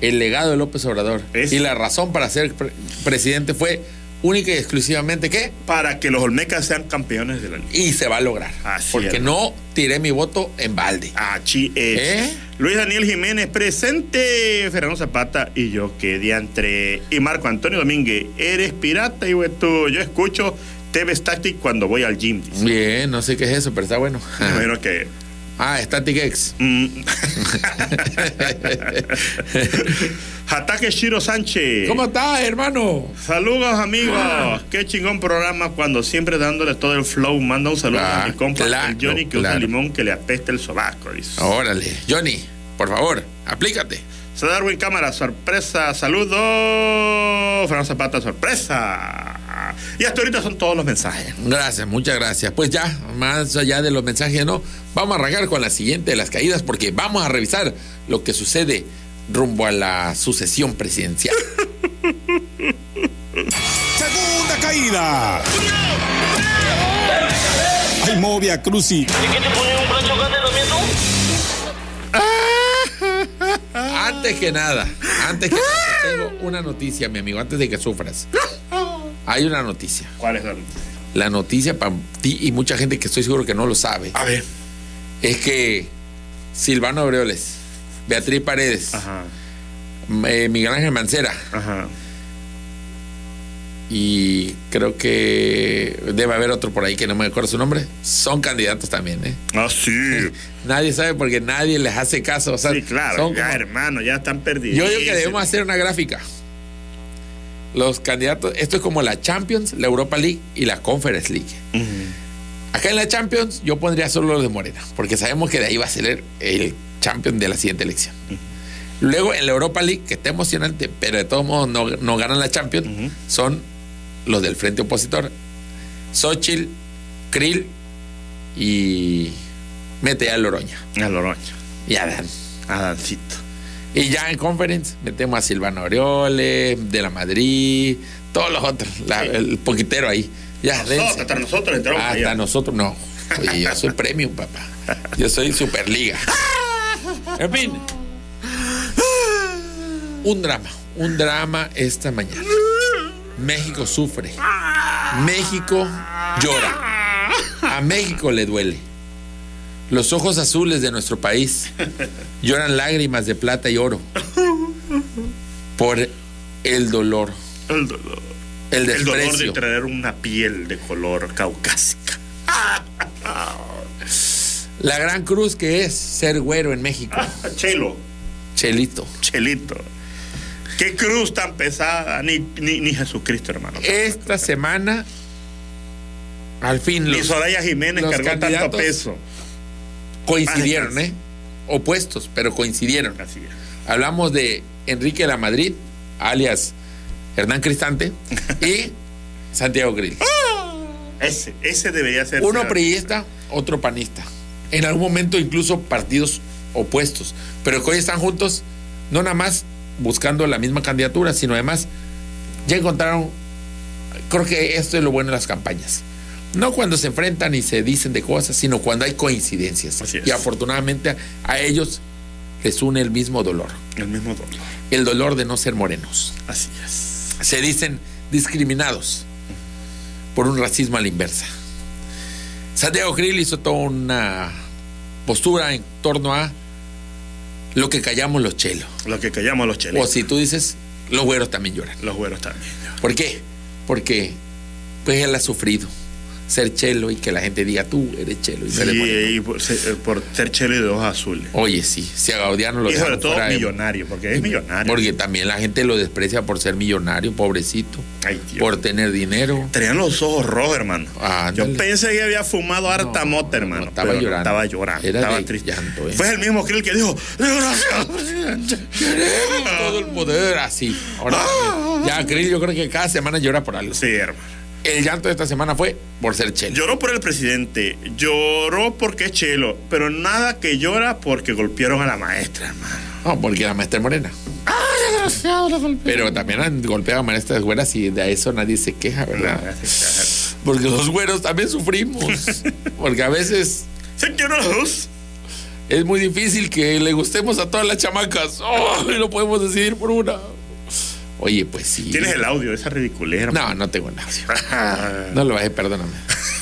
C: el legado de López Obrador
D: Es-
C: y la razón para ser pre- presidente fue única y exclusivamente que
D: Para que los Olmecas sean campeones de la liga.
C: y se va a lograr.
D: Así
C: porque
D: es.
C: no tiré mi voto en balde.
D: Achi es.
C: ¿Eh?
D: Ah, Luis Daniel Jiménez, presente. Fernando Zapata y yo, que diantre. Y Marco Antonio Domínguez, eres pirata, y pues, tú. Yo escucho TV Static cuando voy al gym. dice.
C: Bien, no sé qué es eso, pero está bueno.
D: Bueno, que.
C: Ah, Static X.
D: mm. Ataque Shiro Sánchez.
C: ¿Cómo Ah. estás, hermano?
D: Saludos, amigos. Qué chingón programa cuando siempre dándole todo el flow. Manda un saludo a
C: Ah,
D: mi compa, el
C: claro,
D: Johnny, que usa
C: claro. Oh,
D: limón que le apesta el sobaco. Dice.
C: Órale, Johnny, por favor, aplícate.
D: Se Darwin Cámara, sorpresa, saludos. Fran Zapata, sorpresa. Y hasta ahorita son todos los mensajes.
C: Gracias, muchas gracias. Pues ya, más allá de los mensajes, ¿no? Vamos a arrancar con la siguiente de las caídas porque vamos a revisar lo que sucede rumbo a la sucesión presidencial.
B: Segunda caída. Ay, Movia Cruci.
E: ¿De qué te ponen un plan chocante también tú?
C: Antes Antes que nada, antes que nada, tengo una noticia, mi amigo, antes de que sufras. Hay una noticia.
D: ¿Cuál es la noticia?
C: La noticia para ti y mucha gente que estoy seguro que no lo sabe
D: A ver.
C: es que Silvano Aureoles, Beatriz Paredes,
D: Ajá,
C: eh, Miguel Ángel Mancera
D: ajá.
C: y creo que debe haber otro por ahí que no me acuerdo su nombre, son candidatos también, ¿eh?
D: Ah, sí.
C: Nadie sabe porque nadie les hace caso. o sea,
D: Sí, claro.
C: son
D: Ya,
C: como-
D: hermano, ya están perdidos.
C: Yo digo que debemos hacer una gráfica. Los candidatos, esto es como la Champions, la Europa League y la Conference League. Acá en la Champions yo pondría solo los de Morena, porque sabemos que de ahí va a ser el champion de la siguiente elección. Luego en la Europa League, que está emocionante, pero de todos modos no, no ganan la Champions, son los del frente opositor. Xochitl, Krill y mete a Loroña.
D: A Loroña.
C: Y Adán.
D: Adancito.
C: Y ya en conference metemos a Silvano Aureoles, de la Madrid, todos los otros, la- el poquitero ahí. Ya, dense.
D: Nosotros, hasta nosotros entramos
C: Hasta
D: allá.
C: nosotros no. Oye, yo soy premium, papá. Yo soy Superliga. En fin. Un drama, un drama esta mañana. México sufre. México llora. A México le duele. Los ojos azules de nuestro país lloran lágrimas de plata y oro por el dolor,
D: El dolor.
C: el
D: El
C: desprecio.
D: dolor de traer una piel de color caucásica.
C: La gran cruz que es ser güero en México.
D: Chelo,
C: Chelito.
D: chelito. Qué cruz tan pesada. Ni, ni, ni Jesucristo, hermano.
C: Esta semana, al fin
D: Ni
C: los
D: Soraya Jiménez
C: los
D: cargó tanto
C: candidatos-
D: peso.
C: coincidieron,
D: Bajas.
C: ¿eh? Opuestos, pero coincidieron.
D: Así es.
C: Hablamos de Enrique de la Madrid, alias Hernán Cristante, y Santiago Grill.
D: Ese, ese debería ser.
C: Uno priista, otro panista. En algún momento incluso partidos opuestos, pero que hoy están juntos, no nada más buscando la misma candidatura, sino además ya encontraron, creo que esto es lo bueno de las campañas. No cuando se enfrentan y se dicen de cosas, sino cuando hay coincidencias.
D: Así es.
C: Y afortunadamente a, a ellos les une el mismo dolor,
D: El mismo dolor.
C: el dolor de no ser morenos.
D: Así es.
C: Se dicen discriminados por un racismo a la inversa. Santiago Krill hizo toda una postura en torno a lo que callamos los chelos.
D: Lo que callamos los
C: O
D: chelitos.
C: si tú dices, los güeros también lloran.
D: Los güeros también.
C: ¿Por qué? Porque pues él ha sufrido ser chelo y que la gente diga tú eres chelo y no
D: Sí,
C: eres moreno.
D: y por, se- eh, por ser chelo y de ojos azules.
C: Oye, sí, si a Gaudiano lo
D: Y sobre
C: dejaron
D: todo
C: fuera de-
D: millonario, porque es millonario.
C: Porque también la gente lo desprecia por ser millonario, pobrecito,
D: Ay, Dios.
C: por tener dinero.
D: Tenían los ojos rojos, hermano.
C: Ah,
D: Yo
C: ándale.
D: pensé que había fumado harta
C: No,
D: mota,
C: no, no,
D: hermano.
C: estaba
D: pero no,
C: llorando.
D: estaba llorando.
C: Era
D: estaba
C: de
D: triste.
C: llanto, eh.
D: Fue el mismo Krill que dijo: "Desgraciado".
C: todo el poder así. Ahora, ya, Krill, yo creo que cada semana llora por algo.
D: Sí, hermano.
C: El llanto de esta semana fue por ser chelo.
D: Lloró por el presidente, lloró porque es chelo, pero nada que llora porque golpearon a la maestra, hermano.
C: No, porque la maestra es morena. Pero también han golpeado a maestras güeras y de eso nadie se queja, ¿verdad? Porque los güeros también sufrimos. Porque a veces
D: Señoros,
C: es muy difícil que le gustemos a todas las chamacas. ¡Oh! Y no podemos decidir por una. Oye, pues sí.
D: tienes el audio de esa ridiculera. Ah.
C: No, no tengo nada.
D: hermano.
C: No lo bajé, perdóname.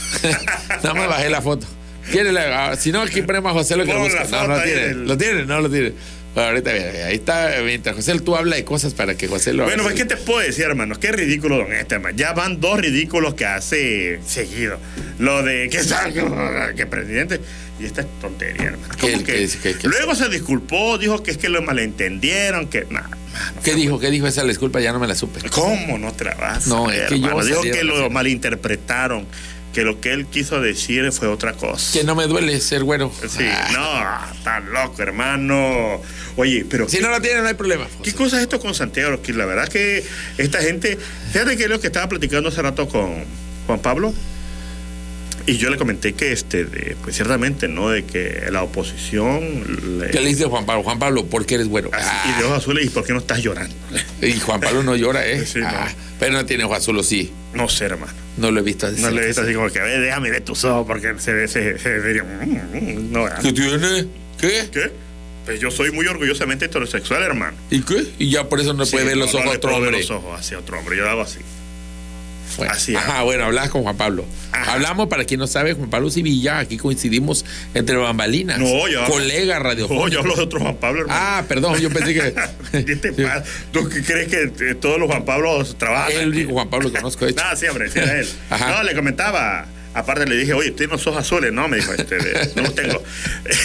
C: Nada más bajé la foto. ¿Quiere la- ah, si no, aquí ponemos a José lo que lo
D: Pon la
C: busca. No,
D: foto
C: no
D: ahí
C: tiene.
D: del-
C: Lo tiene, no lo tiene. Bueno, ahorita viene. Ahí está. Mientras José, tú habla de cosas para que José lo
D: Bueno,
C: haga.
D: pues, ¿qué te puedo decir, hermano? Qué ridículo, don este, hermano. Ya van dos ridículos que hace seguido. Lo de que salga, que presidente. Y esta es tontería, hermano.
C: ¿Qué-
D: ¿Cómo
C: qué- qué- qué-
D: Luego se disculpó, dijo que es que lo malentendieron, que. nah, mano,
C: ¿Qué dijo? ¿Qué dijo esa disculpa? Ya no me la supe.
D: ¿Cómo no trabajas?
C: No, es que yo
D: Dijo
C: salí de
D: que lo
C: vacaciones.
D: malinterpretaron, que lo que él quiso decir fue otra cosa.
C: Que no me duele ser güero.
D: Sí,
C: Ah.
D: no, tan loco, hermano. Oye, pero.
C: Si no la tiene, no hay problema. pues.
D: ¿Qué
C: José.
D: cosa es esto con Santiago? Que la verdad que esta gente, fíjate que es lo que estaba platicando hace rato con Juan Pablo. Y yo le comenté que este, de- pues ciertamente, ¿no? De que la oposición le-
C: ¿Qué le dice Juan Pablo? Juan Pablo, ¿por qué eres güero?
D: así,
C: Ah,
D: y de ojos azules, ¿y por qué no estás llorando?
C: y Juan Pablo no llora, ¿eh?
D: Sí, no.
C: Ah, Pero no tiene ojo azul, o sí.
D: No sé, hermano.
C: No lo he visto.
D: No le dices así como que, a ver, déjame ver tus ojos, porque se ve, se, se, se- mm, mm, no,
C: ¿Qué tiene? ¿Qué?
D: ¿Qué? Pues yo soy muy orgullosamente heterosexual, hermano.
C: ¿Y qué? Y ya por eso no puede
D: Sí,
C: ver los
D: no, no
C: ojos a
D: le
C: otro
D: puedo ver
C: hombre.
D: los ojos hacia otro hombre. Yo daba así.
C: Bueno,
D: Así es.
C: Ajá, bueno, hablas con Juan Pablo.
D: Ajá.
C: Hablamos, para quien no sabe, Juan Pablo Civilla, aquí coincidimos entre bambalinas.
D: No, yo hablo-
C: Colega radio.
D: No, Oh, yo hablo de otro Juan Pablo, hermano.
C: Ah, perdón, yo pensé
D: ¿Qué te
C: que.
D: pasa? ¿Tú qué crees que eh, todos los Juan Pablos trabajan?
C: el único Juan Pablo que conozco, de hecho.
D: No, sí, hombre, sí era él.
C: Ajá.
D: No, le comentaba. Aparte le dije, oye, ¿tienes los ojos azules? No, me dijo, este, de- no los tengo.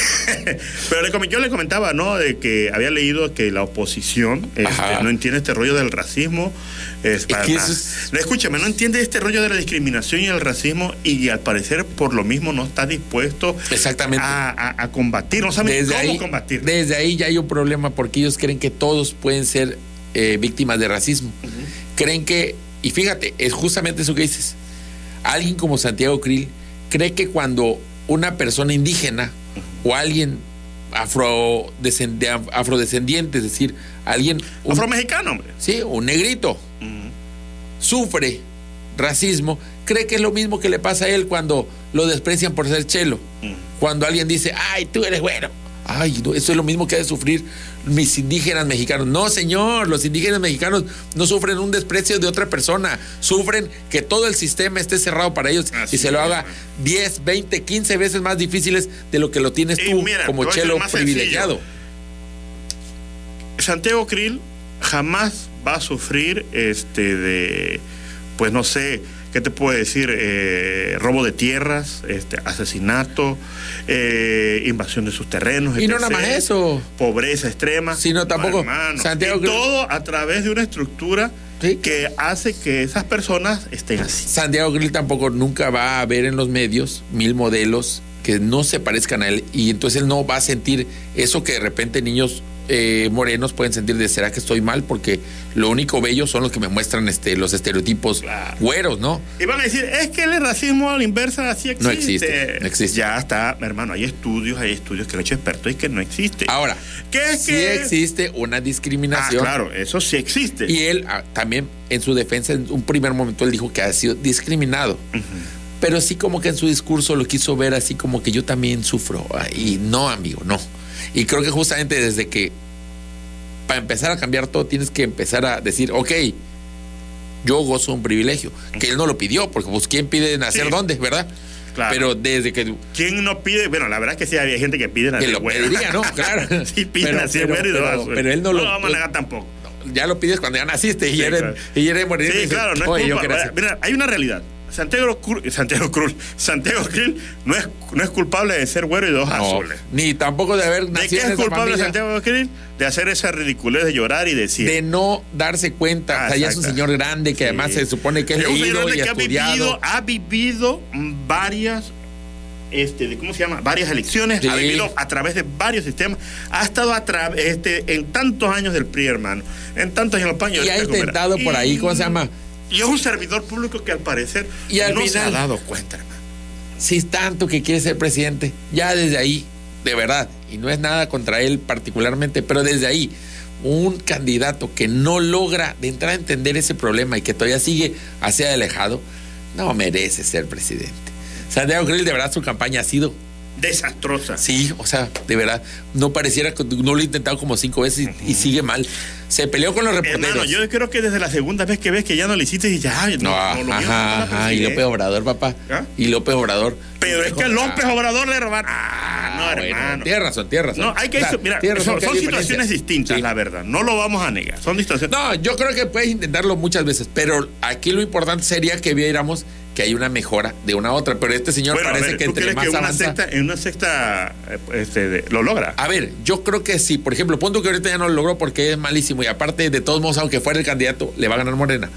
D: Pero le comen- yo le comentaba, ¿no? De que había leído que la oposición este,
C: Ajá.
D: no entiende este rollo del racismo. Es para
C: que
D: nada.
C: eso es-
D: No, Escúchame, no entiende este rollo de la discriminación y el racismo y al parecer por lo mismo no está dispuesto
C: Exactamente.
D: a, a- a combatir. No sabe
C: desde
D: cómo
C: ahí,
D: combatir.
C: Desde ahí ya hay un problema porque ellos creen que todos pueden ser eh, víctimas de racismo. Creen que, y fíjate, es justamente eso que dices. Alguien como Santiago Krill cree que cuando una persona indígena o alguien afrodescend- af- afrodescendiente, es decir, alguien... un-
D: Afromexicano, hombre.
C: Sí, un negrito. Sufre racismo. Cree que es lo mismo que le pasa a él cuando lo desprecian por ser chelo. Cuando alguien dice, ay, tú eres bueno. Ay, no, eso es lo mismo que ha de sufrir mis indígenas mexicanos. No, señor, los indígenas mexicanos no sufren un desprecio de otra persona. Sufren que todo el sistema esté cerrado para ellos
D: Así
C: y se lo
D: es.
C: haga 10, 20, 15 veces más difíciles de lo que lo tienes
D: Y
C: tú
D: mira,
C: como
D: te voy a decir
C: chelo
D: más sencillo.
C: privilegiado.
D: Santiago Krill jamás va a sufrir este de pues no sé qué te puedo decir Eh, robo de tierras este asesinato eh, invasión de sus terrenos
C: Y no
D: etc..
C: nada más eso.
D: pobreza extrema
C: Sí, no, tampoco.
D: hermano.
C: Santiago
D: Y
C: Krill-
D: todo a través de una estructura
C: Sí.
D: que hace que esas personas estén así
C: Santiago Grill tampoco nunca va a ver en los medios mil modelos que no se parezcan a él y entonces él no va a sentir eso que de repente niños eh, morenos pueden sentir de será que estoy mal porque lo único bello son los que me muestran este los estereotipos
D: Claro.
C: güeros, ¿no?
D: Y van a decir, es que el racismo a la inversa así existe.
C: No existe, no existe.
D: Ya está, hermano, hay estudios, hay estudios que lo han hecho expertos y que no existe.
C: Ahora,
D: ¿Qué es
C: sí
D: que-
C: existe una
D: Ah,
C: discriminación
D: claro, eso sí existe.
C: y él ah, también en su defensa en un primer momento él dijo que ha sido discriminado. Pero sí como que en su discurso lo quiso ver así como que yo también sufro. Ah, Y no, amigo, no. Y creo que justamente desde que para empezar a cambiar todo tienes que empezar a decir, ok, yo gozo un privilegio, que él no lo pidió, porque pues quién pide nacer
D: Sí.
C: dónde, ¿verdad?
D: Claro.
C: Pero desde que
D: ¿Quién no pide? Bueno, la verdad es que sí, había gente que pide la
C: que
D: de
C: lo
D: güero.
C: pediría, ¿no? Claro.
D: Sí, piden
C: Pero-
D: así de
C: pero-
D: güero y lo
C: pero-
D: hacen.
C: pero él no lo- pues,
D: No vamos a negar tampoco.
C: ya lo pides cuando ya naciste y
D: Sí,
C: eres
D: claro.
C: y eres morenito, y
D: Sí,
C: dices,
D: claro, no
C: "Oye,
D: es
C: yo
D: culpa.
C: quería
D: Ahora,
C: ser-
D: Mira, hay una realidad. Santiago Cruz, eh, Santiago Cruz, Santiago Krill no es, no es culpable de ser güero y de ojos
C: No,
D: azules.
C: ni tampoco de haber
D: eh". ¿De
C: nacido
D: qué
C: en
D: es
C: esa
D: culpable
C: familia,
D: Santiago Krill? De hacer esa ridiculez de llorar y decir.
C: de no darse cuenta.
D: Ah,
C: o sea, ya es un
D: exacto.
C: señor grande que
D: Sí.
C: además se supone que es
D: Es un
C: leído
D: señor
C: y
D: de que ha vivido,
C: estudiado.
D: ha vivido varias, este, de- ¿cómo se llama? Varias elecciones,
C: Sí.
D: ha vivido a través de varios sistemas, ha estado a tra- este, en tantos años del PRI, hermano, en tantos años del PAN.
C: Y ha intentado por ahí, ¿cómo se llama?
D: Y es un servidor público que al parecer
C: Y al
D: no se ha
C: final-
D: dado cuenta, hermano.
C: Si es tanto que quiere ser presidente, ya desde ahí, de verdad, y no es nada contra él particularmente, pero desde ahí, un candidato que no logra de entrada entender ese problema y que todavía sigue hacia alejado, no merece ser presidente. Santiago Grill, de verdad, su campaña ha sido
D: Desastrosa.
C: Sí, o sea, de verdad, no pareciera que no lo he intentado como cinco veces y, y sigue mal. Se peleó con los
D: Hermano,
C: reporteros.
D: yo creo que desde la segunda vez que ves que ya no lo hiciste y ya, ay, no,
C: No,
D: no lo mío no
C: ajá,
D: la
C: ajá, y
D: presidente.
C: López Obrador, papá.
D: ¿Ah?
C: Y López Obrador.
D: Pero es que López Obrador le robaron.
C: Ah,
D: Ah, no,
C: bueno,
D: hermano.
C: tienes razón, tienes razón.
D: No, hay que
C: O sea,
D: mira,
C: tienes razón
D: son,
C: que hay
D: son situaciones
C: diferencias.
D: distintas,
C: Sí.
D: la verdad. No lo vamos a negar. Son situaciones.
C: No, yo creo que puedes intentarlo muchas veces, pero aquí lo importante sería que viéramos que hay una mejora de una a otra. Pero este señor
D: Bueno, a
C: parece
D: ver,
C: que
D: ¿tú
C: entre
D: crees
C: más
D: que una
C: avanza. Ah,
D: secta, en una secta eh, este, de- lo logra?
C: A ver, yo creo que sí. Por ejemplo, punto que ahorita ya no lo logró porque es malísimo. Y aparte, de todos modos, aunque fuera el candidato, le va a ganar Morena.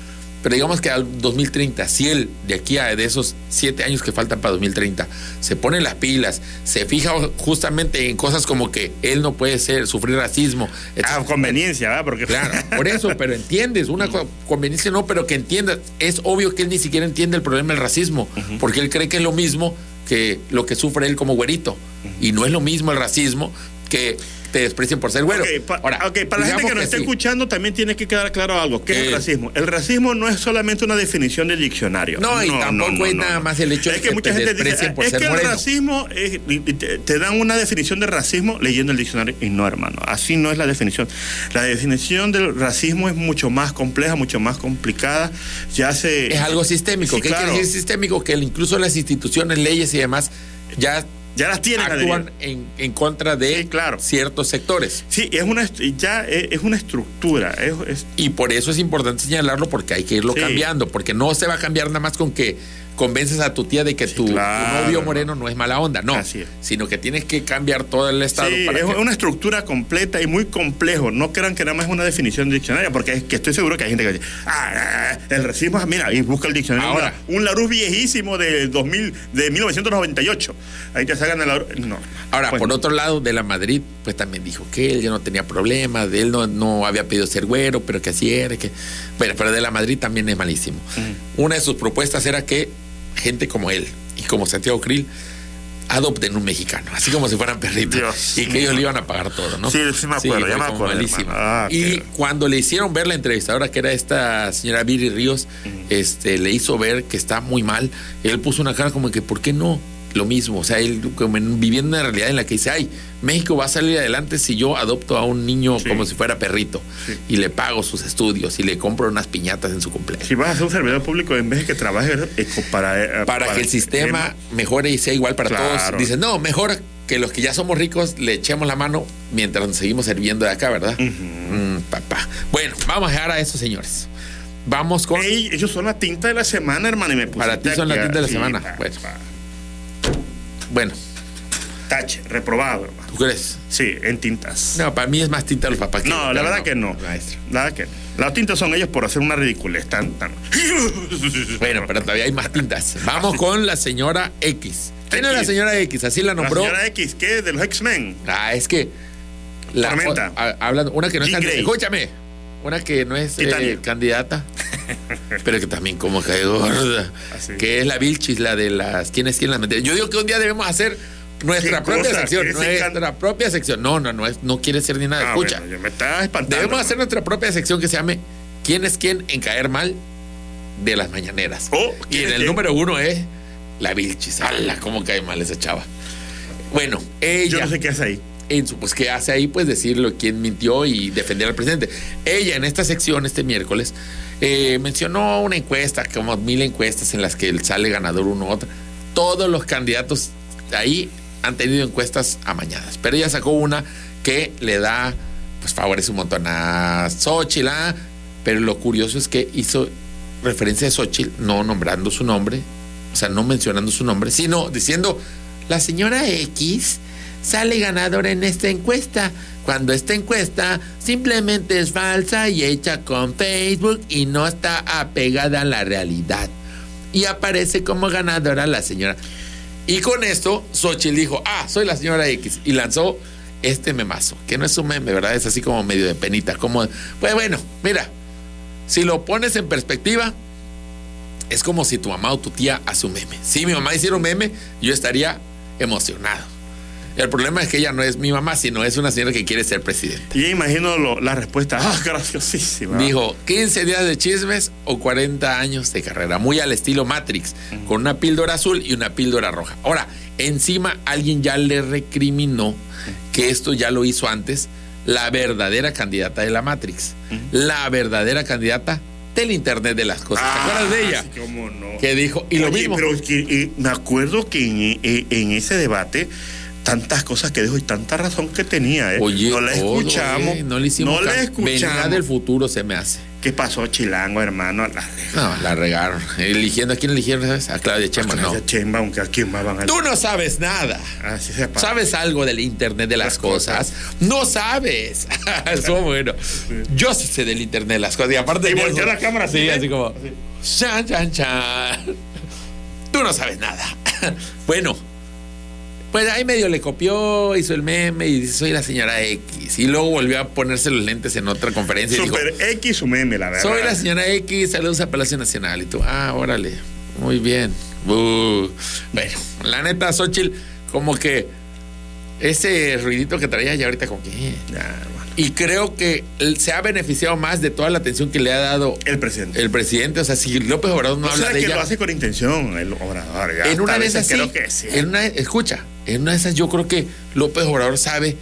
C: Pero digamos que al 2030, si él de aquí a de esos siete años que faltan para 2030 se pone las pilas, se fija justamente en cosas como que él no puede ser, sufrir racismo,
D: A
C: etcétera.
D: conveniencia, ¿verdad? Porque
C: Claro, por eso, pero entiendes, una co- conveniencia no, pero que entiendas. Es obvio que él ni siquiera entiende el problema del racismo, porque él cree que es lo mismo que lo que sufre él como güerito. Y no es lo mismo el racismo que te desprecien por ser güero.
D: Ok, pa-
C: Ahora,
D: ok, para la gente
C: digamos
D: que nos esté
C: sí.
D: escuchando también tiene que quedar claro algo. ¿Qué es
C: ¿Qué?
D: el racismo? El racismo no es solamente una definición de diccionario.
C: No, y tampoco es nada más el hecho de que te desprecien por
D: es
C: ser
D: que
C: moreno.
D: el racismo es- y- y te, te dan una definición de racismo leyendo el diccionario y no, hermano. Así no es la definición. La definición del racismo es mucho más compleja, mucho más complicada. Ya se
C: Es algo sistémico.
D: Sí,
C: ¿Qué
D: claro.
C: quiere decir sistémico? Que incluso las instituciones, leyes y demás ya
D: Ya las tienen adheridas.
C: actúan en, en contra de
D: Sí, claro.
C: ciertos sectores.
D: Sí, es una est- ya eh, es, es una estructura, es- es-
C: Y por eso es importante señalarlo porque hay que irlo
D: Sí.
C: cambiando, porque no se va a cambiar nada más con que convences a tu tía de que tu, tu
D: claro.
C: novio moreno no es mala onda, no,
D: Así es.
C: sino que tienes que cambiar todo el estado
D: Sí,
C: para
D: es
C: que-
D: una estructura completa y muy complejo. No crean que nada más es una definición diccionaria, porque es que estoy seguro que hay gente que dice, ah, ah, el racismo, es- mira, y busca el diccionario.
C: Ahora.
D: un Larus viejísimo de, 2000, de 1998. Ahí te sacan el Larousse. No.
C: Ahora,
D: Pues,
C: por otro lado, de la Madrid, pues también dijo que él ya no tenía problemas, de él no, no había pedido ser güero, pero que así era, que. Bueno, pero de la Madrid también es malísimo. Una de sus propuestas era que gente como él y como Santiago Krill adopten un mexicano, así como si fueran perritos.
D: Dios
C: y que
D: mío.
C: ellos le iban a pagar todo, ¿no?
D: Sí, sí me acuerdo,
C: fue
D: ya me
C: como
D: acuerdo,
C: malísimo.
D: hermano. Ah,
C: y
D: qué-
C: cuando le hicieron ver la entrevistadora, que era esta señora Viri Ríos, este, le hizo ver que está muy mal. Él puso una cara como que, ¿por qué no? Lo mismo, o sea, él como en- viviendo una realidad en la que dice, ay, México va a salir adelante si yo adopto a un niño
D: Sí.
C: como si fuera perrito y le pago sus estudios y le compro unas piñatas en su cumpleaños.
D: si vas a ser un servidor público, en vez de que trabajes eh, co- para, eh,
C: Para, que el sistema mejore y sea igual para
D: Claro.
C: todos. Dicen, no, mejor que los que ya somos ricos le echemos la mano mientras nos seguimos sirviendo de acá, ¿verdad? Mm, papá. Bueno, vamos a dejar a esos señores. Vamos con.
D: Ey, ellos son la tinta de la semana, hermano, y me pusiste
C: Para ti son la
D: aquí,
C: tinta de la
D: sí,
C: semana. pues.
D: pa-
C: Bueno.
D: pa-
C: Bueno,
D: Tache, reprobado, hermano.
C: ¿tú crees?
D: Sí, en tintas.
C: No, para mí es más tinta los papás. que-
D: No, la
C: pero
D: verdad que no.
C: Maestro.
D: La verdad que no. Las tintas son ellos por hacer una ridiculez. Tan, tan.
C: Bueno, pero todavía hay más tintas. Vamos con la señora X. ¿Quién es la
D: X.
C: señora X? Así la
D: La
C: nombró.
D: señora X, ¿qué? De los X-Men.
C: Ah, es que. La,
D: Tormenta.
C: a- hablan- una que no es
D: Jean
C: candidata.
D: Grey.
C: Escúchame. Una que no es eh,
D: Titania.
C: candidata. pero que también como cae gorda.
D: Así.
C: Que es la Vilchis, la de las. ¿Quién es quién las mentiras? Yo digo que un día debemos hacer nuestra
D: ¿Qué
C: propia
D: cosa?
C: sección.
D: ¿Qué se
C: Nuestra
D: can-
C: propia sección. No, no, no, es, no quiere ser ni nada.
D: Ah,
C: Escucha.
D: bueno, ya me está espantando.
C: Debemos hacer nuestra propia sección que se llame ¿Quién es quién en caer mal de las mañaneras?
D: Oh,
C: y
D: ¿quién
C: en
D: es
C: el
D: quién?
C: número uno es la Vilchis. ¡Hala! ¿Cómo cae mal esa chava? Bueno,
D: Yo
C: ella,
D: no sé qué hace ahí.
C: en su, pues, ¿qué hace ahí? Pues decirlo quién mintió y defender al presidente. Ella en esta sección, este miércoles, eh, mencionó una encuesta, como mil encuestas en las que sale ganador uno u otro. Todos los candidatos ahí han tenido encuestas amañadas, pero ella sacó una que le da, pues favorece un montón a Xochitl, ah, pero lo curioso es que hizo referencia a Xochitl, no nombrando su nombre, o sea, no mencionando su nombre, sino diciendo, la señora X sale ganadora en esta encuesta, cuando esta encuesta simplemente es falsa y hecha con Facebook y no está apegada a la realidad. Y aparece como ganadora la señora. Y con esto, Xochitl dijo, ah, soy la señora X. Y lanzó este memazo, que no es un meme, ¿verdad? Es así como medio de penita, como, pues bueno, mira, si lo pones en perspectiva, es como si tu mamá o tu tía hace un meme. Si mi mamá hiciera un meme, yo estaría emocionado. El problema es que ella no es mi mamá, sino es una señora que quiere ser presidenta.
D: Y yo imagino lo- la respuesta. Ah, graciosísima.
C: Dijo, 15 días de chismes o 40 años de carrera, muy al estilo Matrix, con una píldora azul y una píldora roja. Ahora, encima alguien ya le recriminó que esto ya lo hizo antes la verdadera candidata de la Matrix, la verdadera candidata del Internet de las Cosas. ¿Te acuerdas de ella?
D: Ah, sí, cómo no.
C: Que dijo, y lo
D: Oye,
C: mismo.
D: Pero es que, eh, me acuerdo que en, eh, en ese debate tantas cosas que dijo y tanta razón que tenía. eh.
C: Oye,
D: no la
C: todo,
D: escuchamos.
C: eh, no le hicimos
D: No la
C: caso. Venía
D: escuchamos.
C: del futuro, se me hace.
D: ¿Qué pasó, Chilango, hermano? La,
C: No, la regaron. Eligiendo a quién eligieron, ¿sabes? A Claudia Chema, no.
D: Chemba, aunque a quién más van a
C: Ah, Tú no sabes nada.
D: Así se pasa.
C: ¿Sabes algo del Internet de las cosas? No sabes. Eso bueno. Yo sí sé del Internet de las cosas. Y aparte.
D: Y
C: tenía
D: volteó
C: su-
D: la cámara así,
C: Sí,
D: ¿eh?
C: así como. Chan, chan, chan. Tú no sabes nada. Bueno. Pues ahí medio le copió, hizo el meme y dice, soy la señora X. Y luego volvió a ponerse los lentes en otra conferencia y dijo,
D: Super X su meme, la verdad.
C: soy la señora X, saludos a Palacio Nacional. Y tú, ah, órale, muy bien. Bu. Bueno, la neta, Xochitl, como que Ese ruidito que traía ya ahorita con quién.
D: Ya, bueno.
C: Y creo que él se ha beneficiado más de toda la atención que le ha dado
D: El presidente.
C: el presidente. O sea, si López Obrador no
D: o
C: habla
D: sea,
C: de
D: que
C: ella.
D: lo hace con intención el obrador. ya,
C: en una
D: tal
C: de
D: vez
C: esas sí,
D: Creo que sí.
C: En una, escucha, en una de esas yo creo que López Obrador sabe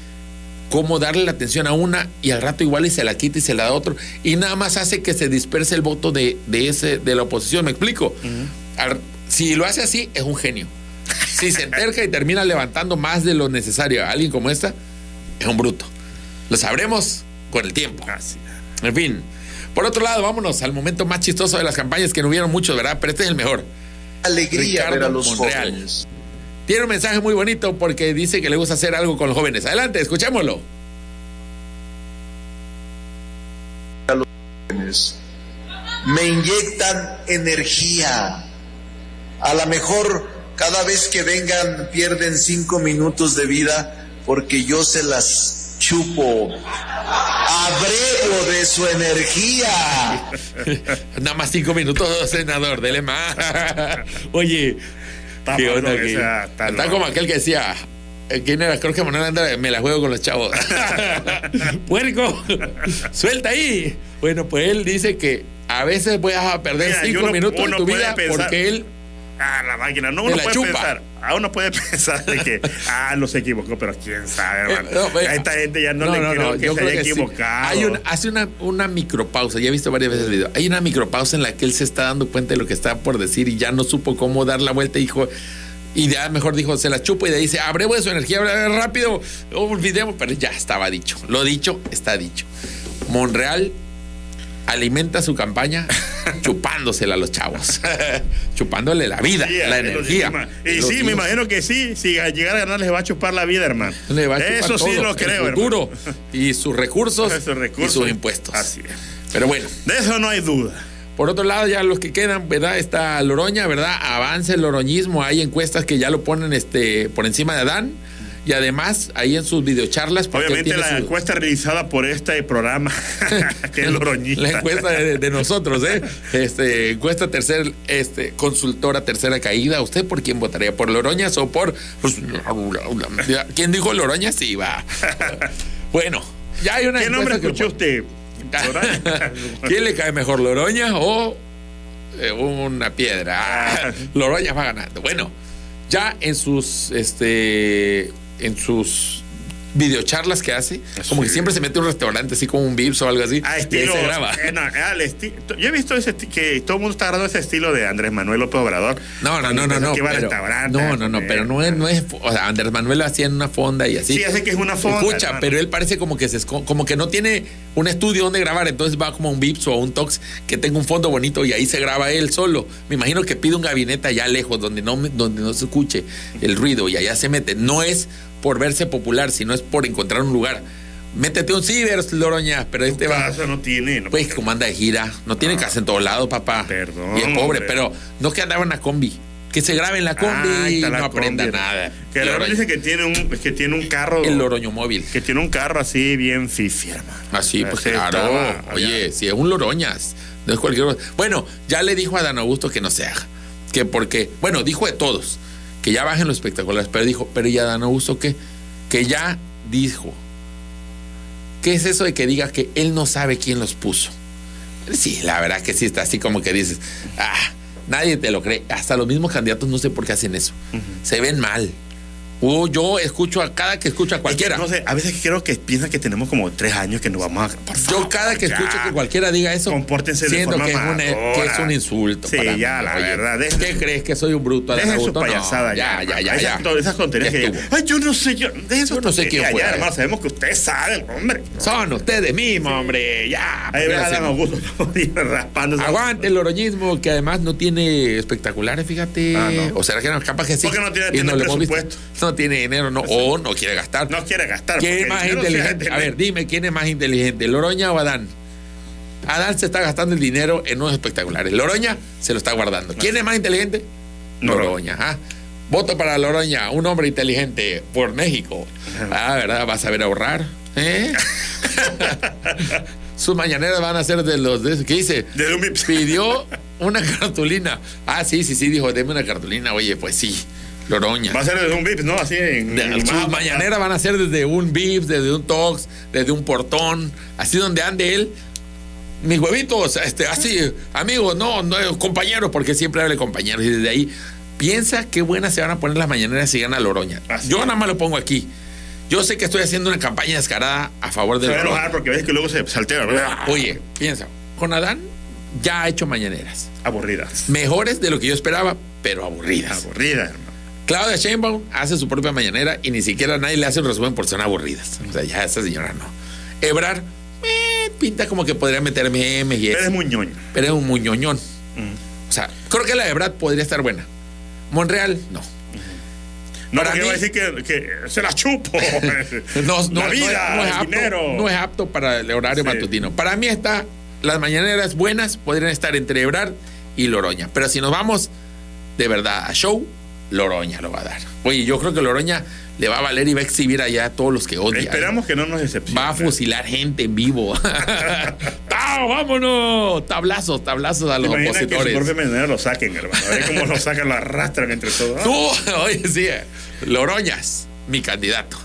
C: cómo darle la atención a una y al rato igual y se la quita y se la da a otro y nada más hace que se disperse el voto de, de ese de la oposición, ¿me explico? Al- si lo hace así es un genio. Si se enterca y termina levantando más de lo necesario a alguien como esta, es un bruto. Lo sabremos con el tiempo.
D: Ah, sí.
C: En fin. Por otro lado, vámonos al momento más chistoso de las campañas que no hubieron muchos, ¿verdad? Pero este es el mejor.
G: Alegría
C: Ricardo
G: ver a los
C: Monreal.
G: jóvenes.
C: Tiene un mensaje muy bonito porque dice que le gusta hacer algo con los jóvenes. Adelante, escuchémoslo.
G: Me inyectan energía. A lo mejor cada vez que vengan pierden cinco minutos de vida porque yo se las chupo. Abrego de su energía.
C: Nada más cinco minutos, senador, dele más. Oye,
D: Está
C: qué
D: malo
C: onda
D: que
C: que-
D: sea
C: Está,
D: tan malo.
C: como aquel que decía, eh, ¿quién era? Creo que Manuel Andrade, me la juego con los chavos. Puerco, suelta ahí. Bueno, pues él dice que a veces voy a perder
D: Mira,
C: cinco
D: uno-
C: minutos
D: uno
C: de tu
D: puede
C: vida
D: pensar-
C: porque él
D: Ah, la máquina. No,
C: Te
D: uno
C: la
D: puede
C: chupa.
D: pensar. A uno puede pensar de que, ah, los equivocó, pero quién sabe,
C: Eh,
D: hermano.
C: no, ve-
D: a esta gente ya no, le creo que
C: yo
D: se
C: creo
D: haya
C: que sí.
D: equivocado.
C: Hay una- hace una, una micropausa, ya he visto varias veces el video. Hay una micropausa en la que él se está dando cuenta de lo que está por decir y ya no supo cómo dar la vuelta, hijo. Y ya mejor dijo, se la chupo y de ahí dice, abremos su energía, abre- abre rápido, olvidemos. Pero ya estaba dicho. Lo dicho está dicho. Monreal alimenta su campaña chupándosela a los chavos, chupándole la vida,
D: Sí,
C: la
D: es lo que
C: energía.
D: encima. Y
C: Los
D: sí, me
C: hijos.
D: imagino que sí. Si al llegar a ganar les va a chupar la vida, hermano.
C: Le va a chupar
D: Eso sí
C: todo,
D: lo
C: el
D: creo,
C: futuro,
D: hermano.
C: y sus recursos,
D: Esos recursos.
C: y sus impuestos.
D: Así es.
C: Pero bueno,
D: De eso no hay duda.
C: por otro lado, ya los que quedan, ¿verdad? Está Loroña, ¿verdad? Avance el loroñismo. Hay encuestas que ya lo ponen este, por encima de Adán. Y además, ahí en sus videocharlas. porque
D: Obviamente
C: tiene
D: la
C: su-
D: encuesta realizada por este programa, que es Loroñista.
C: La encuesta de, de nosotros, ¿eh? Este, encuesta tercer, este, consultora tercera caída. ¿Usted por quién votaría? ¿Por Loroñas o por.? ¿Quién dijo Loroña? Sí, va. Bueno, ya hay una
D: ¿Qué nombre
C: encuesta que-
D: escuchó usted? Loroña.
C: ¿Quién le cae mejor, Loroña o eh, una piedra? Loroña va ganando. Bueno, ya en sus este en sus videocharlas que hace, como que
D: Sí.
C: siempre se mete a un restaurante así como un Vips o algo así, y
D: Ah,
C: ahí
D: estilo.
C: se graba.
D: eh, no, al esti- yo he visto ese esti- que todo el mundo está agarrando ese estilo de Andrés Manuel López Obrador.
C: No, no, no, no, no.
D: Que iba al
C: pero-
D: restaurante.
C: no, no, no,
D: eh,
C: pero no es, no es, o sea, Andrés Manuel lo hacía en una fonda y así.
D: Sí, hace que es una fonda,
C: Escucha,
D: hermano.
C: pero él parece como que se esco- como que no tiene un estudio donde grabar, entonces va como a un Vips o a un Tox que tenga un fondo bonito y ahí se graba él solo. Me imagino que pide un gabinete allá lejos donde no me- donde no se escuche el ruido y allá se mete. No es por verse popular, sino es por encontrar un lugar. Métete a un ciber, Loroña, pero este va
D: Casa no tiene. no-
C: pues como anda de gira, no tiene casa en todos lados, papá.
D: Ah, Perdón,
C: Y es pobre,
D: hombre.
C: pero no que andaba en la combi. Que se grabe en la combi
D: Ah, ahí
C: y
D: está la
C: no aprenda
D: combi.
C: nada.
D: Que
C: el,
D: la verdad
C: oroño,
D: dice que tiene un, que tiene un carro.
C: el oroño móvil.
D: Que tiene un carro así bien fifi, hermano.
C: Así, pues
D: Ese
C: claro.
D: estaba-
C: Oye, si es un loroñas, no es cualquier cosa. Bueno, ya le dijo a Dan Augusto que no se haga. Que porque, bueno, dijo de todos, que ya bajen los espectaculares, pero dijo, pero ya Dan Augusto qué? Que ya dijo. ¿Qué es eso de que diga que él no sabe quién los puso? Sí, la verdad que sí, está así como que dices, ah, nadie te lo cree. Hasta los mismos candidatos no sé por qué hacen eso. Se ven mal. Uh, yo escucho a cada que escucho a cualquiera.
D: Es que, no sé, a veces creo que piensan que tenemos como tres años que nos vamos a. Por
C: Yo
D: favor,
C: cada que
D: ya.
C: escucho que cualquiera diga eso,
D: Compórtense de
C: siento
D: forma
C: que, es un,
D: madura.
C: que es un insulto.
D: Sí, ya, la verdad, dejen-
C: ¿Qué crees que soy un bruto? Adán
D: Dejen sus
C: Augusto? No,
D: payasadas ya.
C: ya, ya, ya,
D: hermano.
C: ya.
D: Esas, to- esas tonterías
C: Ya
D: que.
C: estuvo.
D: Ay, yo no sé, yo. De esas
C: Yo no sé
D: tonterías
C: quién fue,
D: Ya,
C: eh.
D: hermano, sabemos que ustedes saben, hombre.
C: Son ustedes mismos, hombre. Ya.
D: Ahí
C: ¿por qué
D: ves a Dan
C: hacen?
D: Augusto raspándose.
C: Aguante el oroñismo, que además no tiene espectaculares, fíjate.
D: Ah, no.
C: O será que no, capaz que sí.
D: Porque no tiene-
C: Y
D: tiene
C: lo hemos visto.
D: presupuesto.
C: No tiene dinero, no. O no quiere gastar.
D: No quiere gastar.
C: ¿Quién es
D: porque
C: más
D: el dinero se ha de
C: inteligente? A
D: tener.
C: ver, dime, ¿quién es más inteligente? ¿Loroña o Adán? Adán se está gastando el dinero en unos espectaculares. Loroña se lo está guardando. ¿Quién es más inteligente?
D: No.
C: Loroña. ah. Voto para Loroña, un hombre inteligente por México. Ah, ¿verdad? ¿Vas a ver ahorrar? ¿Eh? Sus mañaneras van a ser de los... De, ¿Qué dice?
D: De un Vips.
C: Pidió una cartulina. Ah, sí, sí, sí, dijo, deme una cartulina. Oye, pues sí. Loroña.
D: Va a ser desde un VIP, ¿no? Así en.
C: De-
D: en-
C: Sus
D: va-
C: mañaneras van a ser desde un VIP, desde un Tox, desde un portón, así donde ande él. Mis huevitos, este, así, amigos, no, no, compañeros, porque siempre habla de compañeros. Y desde ahí, piensa qué buenas se van a poner las mañaneras si gana Loroña.
D: Así
C: Yo
D: es.
C: nada más lo pongo aquí. Yo sé que estoy haciendo una campaña descarada a favor de
D: Se va a
C: Loroña.
D: enojar porque ves que luego se saltea, ¿verdad?
C: Oye, piensa, con Adán ya ha hecho mañaneras.
D: Aburridas.
C: Mejores de lo que yo esperaba, pero aburridas.
D: Aburridas, hermano.
C: Claudia Sheinbaum hace su propia mañanera y ni siquiera nadie le hace un resumen por ser aburridas. O sea, ya esa señora no. Ebrar pinta como que podría meter memes y
D: Eres
C: eso,
D: muy ñoño.
C: pero es un muñoñón. O sea, creo que la de Ebrard podría estar buena. Monreal, no.
D: No,
C: Para
D: porque
C: mí-
D: va a decir que, que se la chupo.
C: No, no, no
D: la
C: es-
D: vida,
C: no es,
D: el
C: apto,
D: dinero.
C: no es apto para el horario
D: Sí.
C: matutino. Para mí está, las mañaneras buenas podrían estar entre Ebrard y Loroña. Pero si nos vamos de verdad a show, Loroña lo va a dar. Oye, yo creo que Loroña le va a valer y va a exhibir allá a todos los que odia.
D: Esperamos que no nos decepcione.
C: Va a fusilar gente en vivo. ¡Tao, vámonos! Tablazos, tablazos a los
D: Imagina que su
C: opositores.
D: propio mensaje lo saquen, hermano. A ver cómo lo sacan, lo arrastran entre todos.
C: Tú, oye, sí, eh, Loroñas, mi candidato.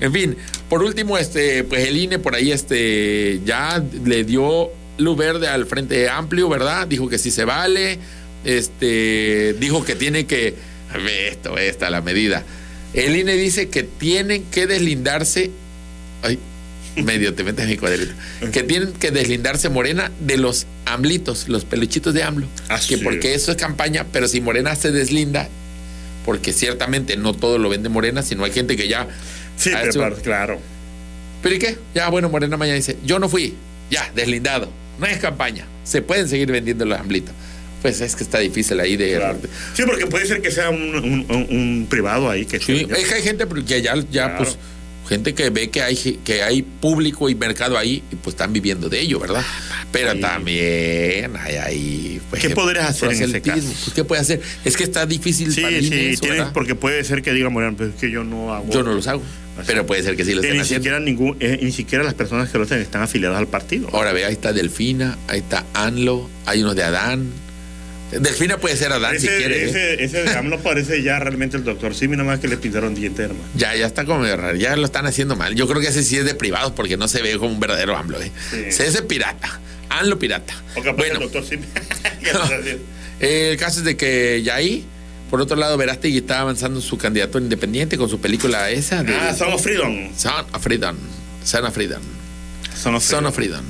C: En fin, por último, este, pues el INE por ahí este, ya le dio luz verde al Frente Amplio, ¿verdad? Dijo que sí se vale, este, dijo que tiene que, ve esto, esta la medida. El INE dice que tienen que deslindarse, ay, medio te metes en mi cuadrito, que tienen que deslindarse Morena de los amblitos, los peluchitos de AMLO,
D: Así
C: que porque
D: es.
C: eso es campaña, pero si Morena se deslinda, porque ciertamente no todo lo vende Morena, sino hay gente que ya.
D: Sí,
C: ha
D: pero
C: hecho-
D: par- claro.
C: ¿Pero y qué? Ya, bueno, Morena mañana dice, yo no fui, ya, deslindado, no es campaña, se pueden seguir vendiendo los amblitos. Pues es que está difícil ahí de...
D: claro. Sí, porque puede ser que sea un, un- un- un privado ahí que
C: Sí,
D: se-
C: es que hay gente que ya, ya
D: Claro.
C: pues, gente que ve que hay, ge- que hay público y mercado ahí, y pues están viviendo de ello, ¿verdad? Pero
D: Sí.
C: también hay ahí... pues,
D: Ah, ¿Qué podrías hacer en ese
C: proselitismo.
D: caso?
C: Pues, ¿Qué puede hacer? Es que está difícil
D: Sí,
C: para el INE
D: sí,
C: eso,
D: tienen-
C: ¿verdad?
D: porque puede ser que diga Moreno, pero es que yo no hago.
C: Yo no los hago, pero puede ser que sí lo
D: Eh,
C: estén
D: ni
C: haciendo.
D: siquiera ningún, eh, ni siquiera las personas que lo hacen están afiliadas al partido.
C: Ahora ve, ahí está Delfina, ahí está Anlo, hay unos de Adán. Delfina puede ser Adán si
D: ese,
C: quiere. ¿eh?
D: ese, ese de AMLO parece ya realmente el doctor Simi, nada más que le pintaron dientes, hermano.
C: Ya, ya está como medio raro, ya lo están haciendo mal. Yo creo que ese sí es de privados porque no se ve como un verdadero AMLO. ¿eh?
D: Sí.
C: Se dice pirata, AMLO pirata.
D: O capaz
C: Bueno,
D: el doctor Simi. Ya no sé decir.
C: el caso es de que ya ahí, por otro lado, Verástegui está avanzando su candidato independiente con su película esa de
D: ah, Son of Freedom.
C: Son of Freedom. Son of Freedom.
D: Son of
C: Son
D: Freedom.
C: of Freedom.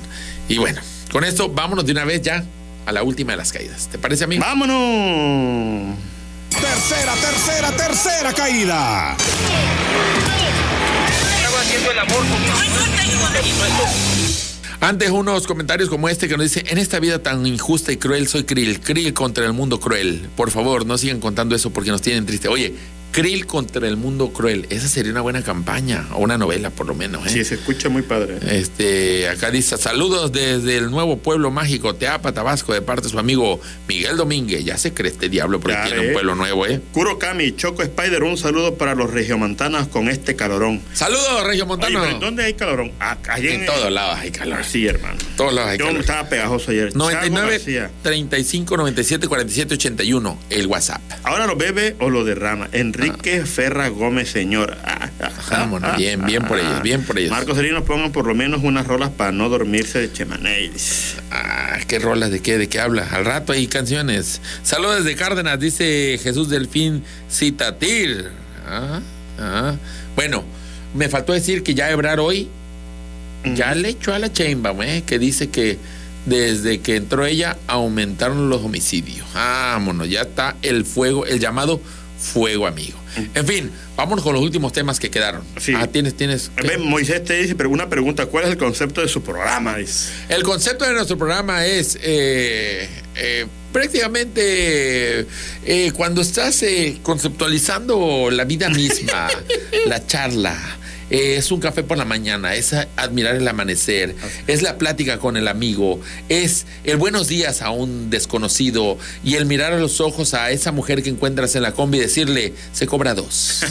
C: Y bueno, con esto vámonos de una vez ya a la última de las caídas. ¿Te parece, amigo?
D: ¡Vámonos!
B: Tercera, tercera, tercera caída.
E: Estaba haciendo el amor con
F: Ay, no te ayudo.
C: Antes unos comentarios como este que nos dice, en esta vida tan injusta y cruel soy Krill, Krill contra el mundo cruel. Por favor, no sigan contando eso porque nos tienen triste. Oye, Krill contra el mundo cruel, esa sería una buena campaña o una novela por lo menos. ¿eh?
D: Sí, se escucha muy padre.
C: Este, acá dice, saludos desde el nuevo pueblo mágico Teapa, Tabasco, de parte de su amigo Miguel Domínguez. Ya se cree este diablo porque
D: Ya,
C: tiene
D: eh.
C: un pueblo nuevo, ¿eh?
D: Kuro Kami, Choco Spider, un saludo para los regiomontanos con este calorón.
C: Saludos, Regio
D: Oye,
C: Montano.
D: pero ¿Dónde hay calorón? Ah, allí
C: en todos lados hay calor.
D: Sí, hermano.
C: Todos lados hay
D: Yo
C: calor.
D: estaba pegajoso ayer. Chago
C: 99
D: García.
C: 35 97 47 81 el WhatsApp.
D: Ahora lo bebe o lo derrama. Enrique Ferra Gómez, señor. Ah, ah, ah,
C: Vámonos, Ah. bien, bien por ellos, bien por ellos.
D: Marcos Serino, pongan por lo menos unas rolas para no dormirse de Chemaneis.
C: Ah, qué rolas de qué, de qué habla. Al rato hay canciones. Saludos de Cárdenas, dice Jesús Delfín Citatir. Ah, ah. Bueno, me faltó decir que ya Ebrar hoy ya le echó a la Chainbaum, eh, que dice que desde que entró ella aumentaron los homicidios. Vámonos, ya está el fuego, el llamado fuego amigo. En fin, vámonos con los últimos temas que quedaron.
D: Sí.
C: Ah, tienes, tienes. ¿qué?
D: Ve, Moisés te dice, pero una pregunta, ¿cuál es el concepto de su programa? Dice.
C: El concepto de nuestro programa es eh, eh, prácticamente eh, cuando estás eh, conceptualizando la vida misma, la charla. eh, es un café por la mañana, es a- admirar el amanecer, es la plática con el amigo, es el buenos días a un desconocido y el mirar a los ojos a esa mujer que encuentras en la combi y decirle, se cobra dos.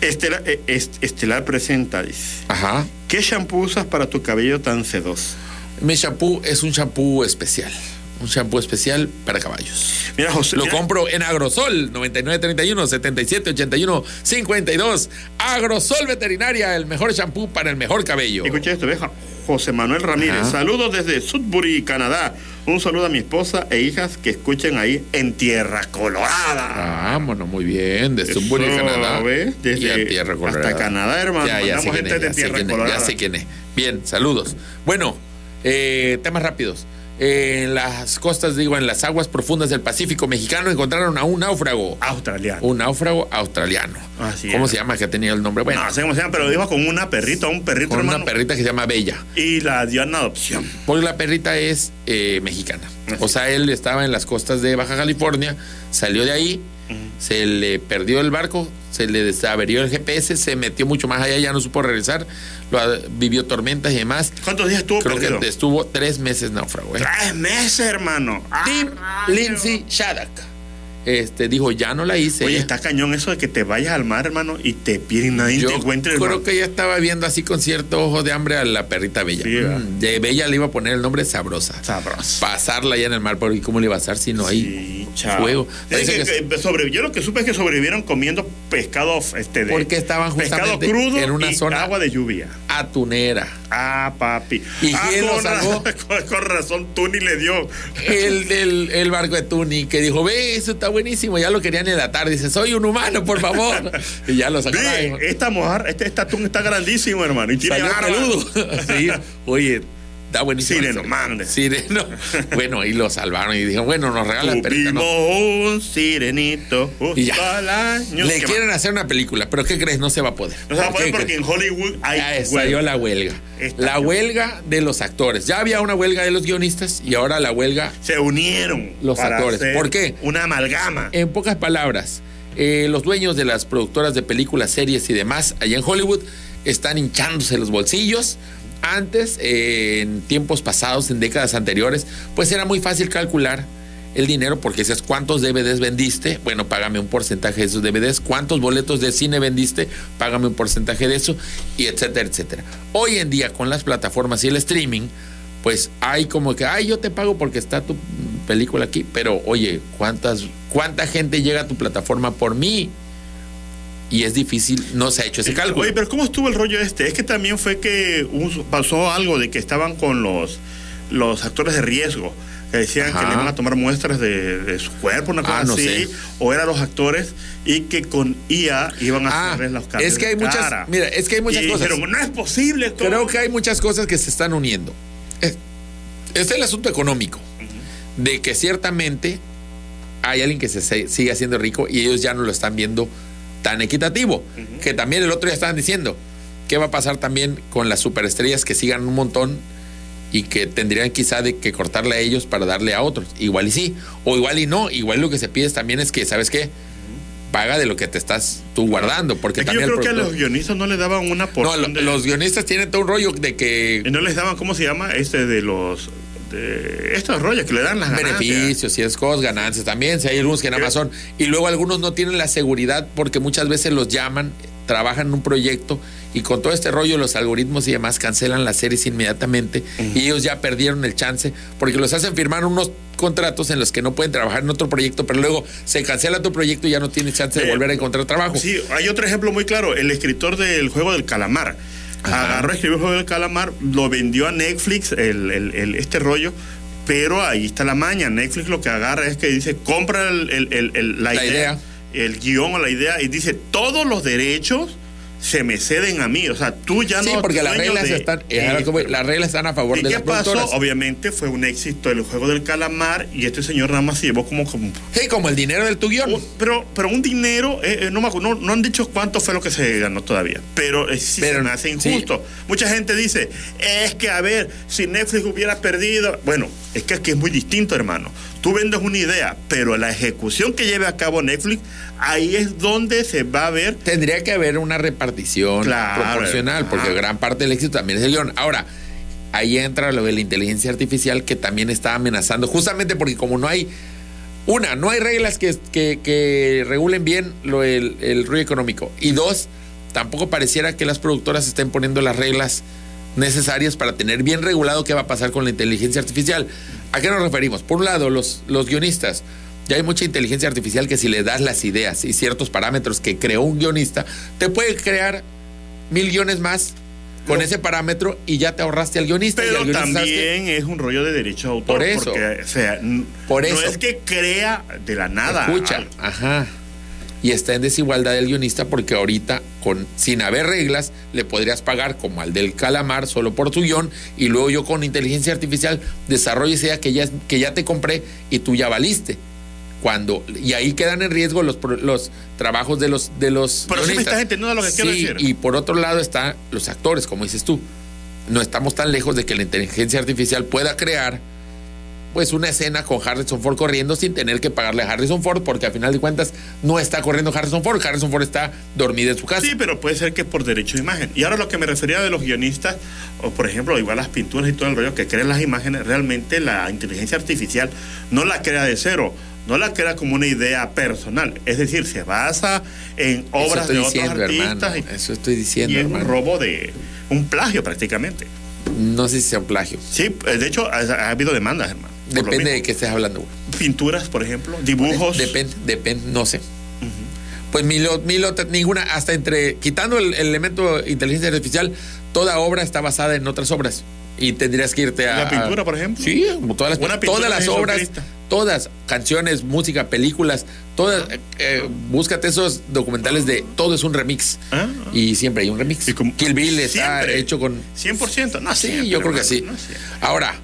D: Estela- eh, est- Estelar presenta, dice.
C: Ajá.
D: ¿Qué shampoo usas para tu cabello tan sedoso?
C: Mi shampoo es un shampoo especial. un shampoo especial para caballos.
D: Mira, José.
C: Lo
D: mira,
C: compro en Agrosol 9931 7781 52. Agrosol Veterinaria, el mejor shampoo para el mejor cabello.
D: Escucha esto, veja. José Manuel Ramírez,
C: Ajá.
D: saludos desde Sudbury, Canadá. Un saludo a mi esposa e hijas que escuchen ahí en Tierra Colorada.
C: Vámonos, muy bien. De Ah,
D: Eso,
C: Sudbury, Canadá.
D: ¿ves? Desde-
C: y a Tierra Colorada.
D: hasta Canadá, hermano.
C: Ya, ya sé
D: Mandamos
C: quién es,
D: gente de
C: ya sé
D: Tierra
C: quién es,
D: Colorada.
C: ya sé quién es. Bien, saludos. Bueno, eh, temas rápidos. Eh, en las costas, digo, en las aguas profundas del Pacífico mexicano encontraron a un náufrago.
D: Australiano.
C: Un náufrago australiano.
D: Así
C: ¿Cómo
D: es.
C: se llama? Que ha tenido el nombre. Bueno,
D: no sé cómo se llama, pero dijo con una perrita, un perrito,
C: con
D: hermano.
C: una perrita que se llama Bella.
D: y la dio en adopción.
C: Porque la perrita es eh, mexicana. O sea, él estaba en las costas de Baja California, salió de ahí, se le perdió el barco, se le desaverió el GPS, se metió mucho más allá, ya no supo regresar, lo ad- vivió tormentas y demás.
D: ¿Cuántos días estuvo
C: Creo
D: perdido?
C: que ¿eh? estuvo tres meses náufrago. ¿eh?
D: Tres meses, hermano. Ah,
C: Tim
D: rayo.
C: Lindsay Shaddock este, dijo, ya no la hice.
D: Oye,
C: ya".
D: está cañón eso de que te vayas al mar, hermano, y te pierden, nadie
C: Yo
D: te encuentra,
C: creo
D: hermano.
C: que ella estaba viendo así con cierto ojo de hambre a la perrita Bella.
D: Sí, ¿verdad?
C: Mm, de Bella le iba a poner el nombre Sabrosa.
D: Sabroso.
C: Pasarla allá en el mar, porque ¿cómo le iba a pasar si no hay
D: Sí, chao.
C: fuego?
D: Dicen
C: Parece
D: que-
C: que-
D: que sobrevi- yo lo que supe es que sobrevivieron comiendo pescado este de
C: Porque estaban
D: pescado
C: justamente
D: crudo
C: en una
D: y
C: zona-
D: agua de lluvia.
C: atunera.
D: Ah, papi.
C: ¿Y
D: ah,
C: quién lo
D: con,
C: salvó?
D: razón, con razón Tuni le dio.
C: El, del el barco de Tuni que dijo, ve, eso está buenísimo, ya lo querían en la tarde. Dice, soy un humano, por favor. Y ya lo sacaron.
D: Ve, esta mojar, este, este atún está grandísimo, hermano. Y tiene
C: Salió
D: barba.
C: peludo. Sí, oye, da buenísimo.
D: Sireno, man.
C: Sireno. Bueno, y lo salvaron y dijeron, bueno, nos regalan perrita.
D: Tuvimos
C: ¿no?
D: un sirenito
C: Y
D: justo
C: ya.
D: al año.
C: Le
D: ¿Qué
C: quieren hacer una película, pero ¿qué crees? No se va a poder.
D: más? No se va a
C: ¿Por qué
D: poder porque
C: crees?
D: en Hollywood hay.
C: Ya eh,
D: huelga.
C: estalló la huelga.
D: Estalló.
C: La huelga de los actores. Ya había una huelga de los guionistas y ahora la huelga
D: Se unieron
C: Los
D: para
C: actores.
D: hacer
C: ¿Por qué?
D: Una amalgama.
C: En pocas palabras, eh, los dueños de las productoras de películas, series y demás allá en Hollywood están hinchándose los bolsillos. Antes, eh, en tiempos pasados, en décadas anteriores, pues era muy fácil calcular el dinero porque decías cuántos DVDs vendiste, bueno, págame un porcentaje de esos DVDs, cuántos boletos de cine vendiste, págame un porcentaje de eso, y etcétera, etcétera. Hoy en día, con las plataformas y el streaming, pues hay como que, ay, yo te pago porque está tu película aquí, pero oye, ¿cuántas, ¿cuánta gente llega a tu plataforma por mí? Y es difícil, no se ha hecho ese cálculo.
D: Eh, Oye, pero ¿cómo estuvo el rollo este? Es que también fue que un- pasó algo de que estaban con los, los actores de riesgo, que decían
C: Ajá.
D: que le iban a tomar muestras de, de su cuerpo, una cosa
C: Ah, no
D: así,
C: sé.
D: o eran los actores, y que con IA iban a
C: Ah,
D: hacerles los cambios.
C: es que hay
D: de
C: muchas,
D: cara.
C: mira, es que hay muchas
D: y
C: cosas.
D: dijeron, no es posible. ¿cómo?".
C: Creo que hay muchas cosas que se están uniendo. Es- Está el asunto económico, de que ciertamente hay alguien que se se- sigue haciendo rico y ellos ya no lo están viendo tan equitativo. Que también el otro ya estaban diciendo, ¿qué va a pasar también con las superestrellas que sigan un montón y que tendrían quizá de que cortarle a ellos para darle a otros? Igual y sí, o igual y no, igual lo que se pide es también es que, ¿sabes qué? Paga de lo que te estás tú guardando, porque
D: Es que yo
C: también el
D: creo que a
C: productor-
D: los guionistas no les daban una
C: no,
D: porción
C: lo-
D: de-
C: los guionistas tienen todo un rollo de
D: y
C: que
D: no les daban, ¿cómo se llama? Este de los... de estos rollos que le dan las ganancias.
C: beneficios y es cosas, ganancias también. Si hay algunos que nada más son. Y luego algunos no tienen la seguridad porque muchas veces los llaman, trabajan en un proyecto y con todo este rollo, los algoritmos y demás cancelan las series inmediatamente y ellos ya perdieron el chance porque los hacen firmar unos contratos en los que no pueden trabajar en otro proyecto, pero luego se cancela tu proyecto y ya no tienes chance de
D: Eh,
C: volver a encontrar trabajo.
D: Sí, hay otro ejemplo muy claro. El escritor del juego del calamar. Agarró, escribió el juego del calamar, lo vendió a Netflix, el, el- el- este rollo. Pero ahí está la maña. Netflix lo que agarra es que dice, compra el- el- el- el- la,
C: La
D: idea,
C: idea.
D: el guión o la idea, y dice, todos los derechos se me ceden a mí. O sea, tú ya
C: Sí,
D: no...
C: porque las
D: dueño
C: reglas
D: de-
C: están, es a lo que voy, las reglas están a favor
D: ¿Y
C: de
D: qué
C: las
D: pasó?
C: productoras.
D: Obviamente fue un éxito el juego del calamar y este señor nada más se llevó como, como
C: Sí, como el dinero del tu guión.
D: un- pero, pero un dinero, eh, eh, no, me acu- no, no han dicho cuánto fue lo que se ganó todavía, pero eh, sí
C: Pero,
D: se me hace injusto. Mucha gente dice, es que a ver, si Netflix hubiera perdido, bueno, es que, es que es muy distinto, hermano. Tú vendes una idea, pero la ejecución que lleve a cabo Netflix, ahí es donde se va a ver
C: Tendría que haber una repartición
D: Claro,
C: proporcional,
D: claro.
C: porque gran parte del éxito también es el guión. Ahora, ahí entra lo de la inteligencia artificial que también está amenazando, justamente porque como no hay, una, no hay reglas que, que- que regulen bien lo, el, el ruido económico. Y dos, tampoco pareciera que las productoras estén poniendo las reglas necesarias para tener bien regulado qué va a pasar con la inteligencia artificial. ¿A qué nos referimos? Por un lado, los, los guionistas. Ya hay mucha inteligencia artificial que si le das las ideas y ciertos parámetros que creó un guionista, te puede crear mil guiones más con ese parámetro y ya te ahorraste al guionista. y al
D: Pero
C: guionista, ¿sabes qué?
D: también es un rollo de derecho de autor.
C: Por eso.
D: Porque, o sea, n-
C: Por
D: no
C: eso.
D: es que crea de la nada.
C: Escucha,
D: algo.
C: ajá. Y está en desigualdad el guionista porque ahorita, con, sin haber reglas, le podrías pagar como al del calamar solo por tu guión y luego yo con inteligencia artificial desarrollo esa idea que ya, es- que ya te compré y tú ya valiste. Cuando, y ahí quedan en riesgo los, pro- los trabajos de los, de los
D: Pero sí me
C: guionistas.
D: estás entendiendo lo que quiero
C: Sí,
D: decir.
C: Y por otro lado están los actores, como dices tú. No estamos tan lejos de que la inteligencia artificial pueda crear pues una escena con Harrison Ford corriendo sin tener que pagarle a Harrison Ford, porque al final de cuentas no está corriendo Harrison Ford, Harrison Ford está dormido en su casa.
D: Sí, pero puede ser que por derecho de imagen. Y ahora lo que me refería de los guionistas, o por ejemplo, igual las pinturas y todo el rollo que crean las imágenes, realmente la inteligencia artificial no la crea de cero, no la crea como una idea personal. Es decir, se basa en
C: Eso
D: obras
C: estoy
D: de
C: diciendo,
D: otros
C: hermano.
D: artistas y-
C: Eso estoy
D: y,
C: diciendo,
D: es un
C: hermano.
D: robo de un plagio prácticamente.
C: No sé si sea un plagio.
D: Sí, eh, de hecho, ha, ha habido demandas, hermano. por lo
C: Depende de
D: mismo.
C: qué estés hablando, güey.
D: Pinturas, por ejemplo, dibujos.
C: Depende, depende, no sé. Pues Milo, Milo, te- ninguna, hasta entre, quitando el, el elemento inteligencia artificial, toda obra está basada en otras obras. Y tendrías que irte a...
D: La pintura, por ejemplo.
C: Sí, todas las,
D: Una pintura
C: todas
D: de
C: las obras,
D: Jesucristo.
C: todas, canciones, música, películas, todas, eh, eh, búscate esos documentales de todo es un remix.
D: Ah, ah.
C: Y siempre hay un remix.
D: Y como-
C: Kill Bill está
D: Siempre.
C: hecho con...
D: 100%, no
C: Ah, Sí,
D: siempre,
C: yo creo que
D: hermano,
C: sí.
D: no siempre. Mm,
C: Ahora,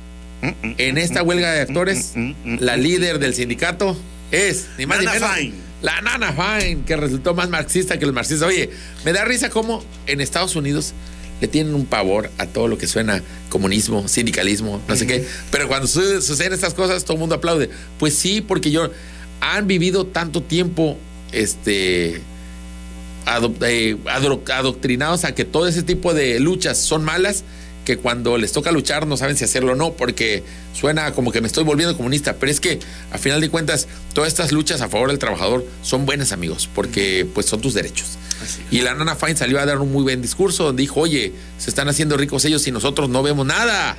C: en esta huelga de actores, la líder del sindicato es ni más ni
D: Nana
C: menos,
D: Fine.
C: La Nana Fine, que resultó más marxista que los marxistas. Oye, me da risa cómo en Estados Unidos le tienen un pavor a todo lo que suena comunismo, sindicalismo, no sé qué. Pero cuando su- suceden estas cosas, todo el mundo aplaude. Pues sí, porque yo han vivido tanto tiempo este adop- eh, adro- adoctrinados a que todo ese tipo de luchas son malas, que cuando les toca luchar no saben si hacerlo o no, porque suena como que me estoy volviendo comunista, pero es que a final de cuentas todas estas luchas a favor del trabajador son buenas amigos, porque pues son tus derechos. Y la nana Fine salió a dar un muy buen discurso, donde dijo, oye, se están haciendo ricos ellos y nosotros no vemos nada.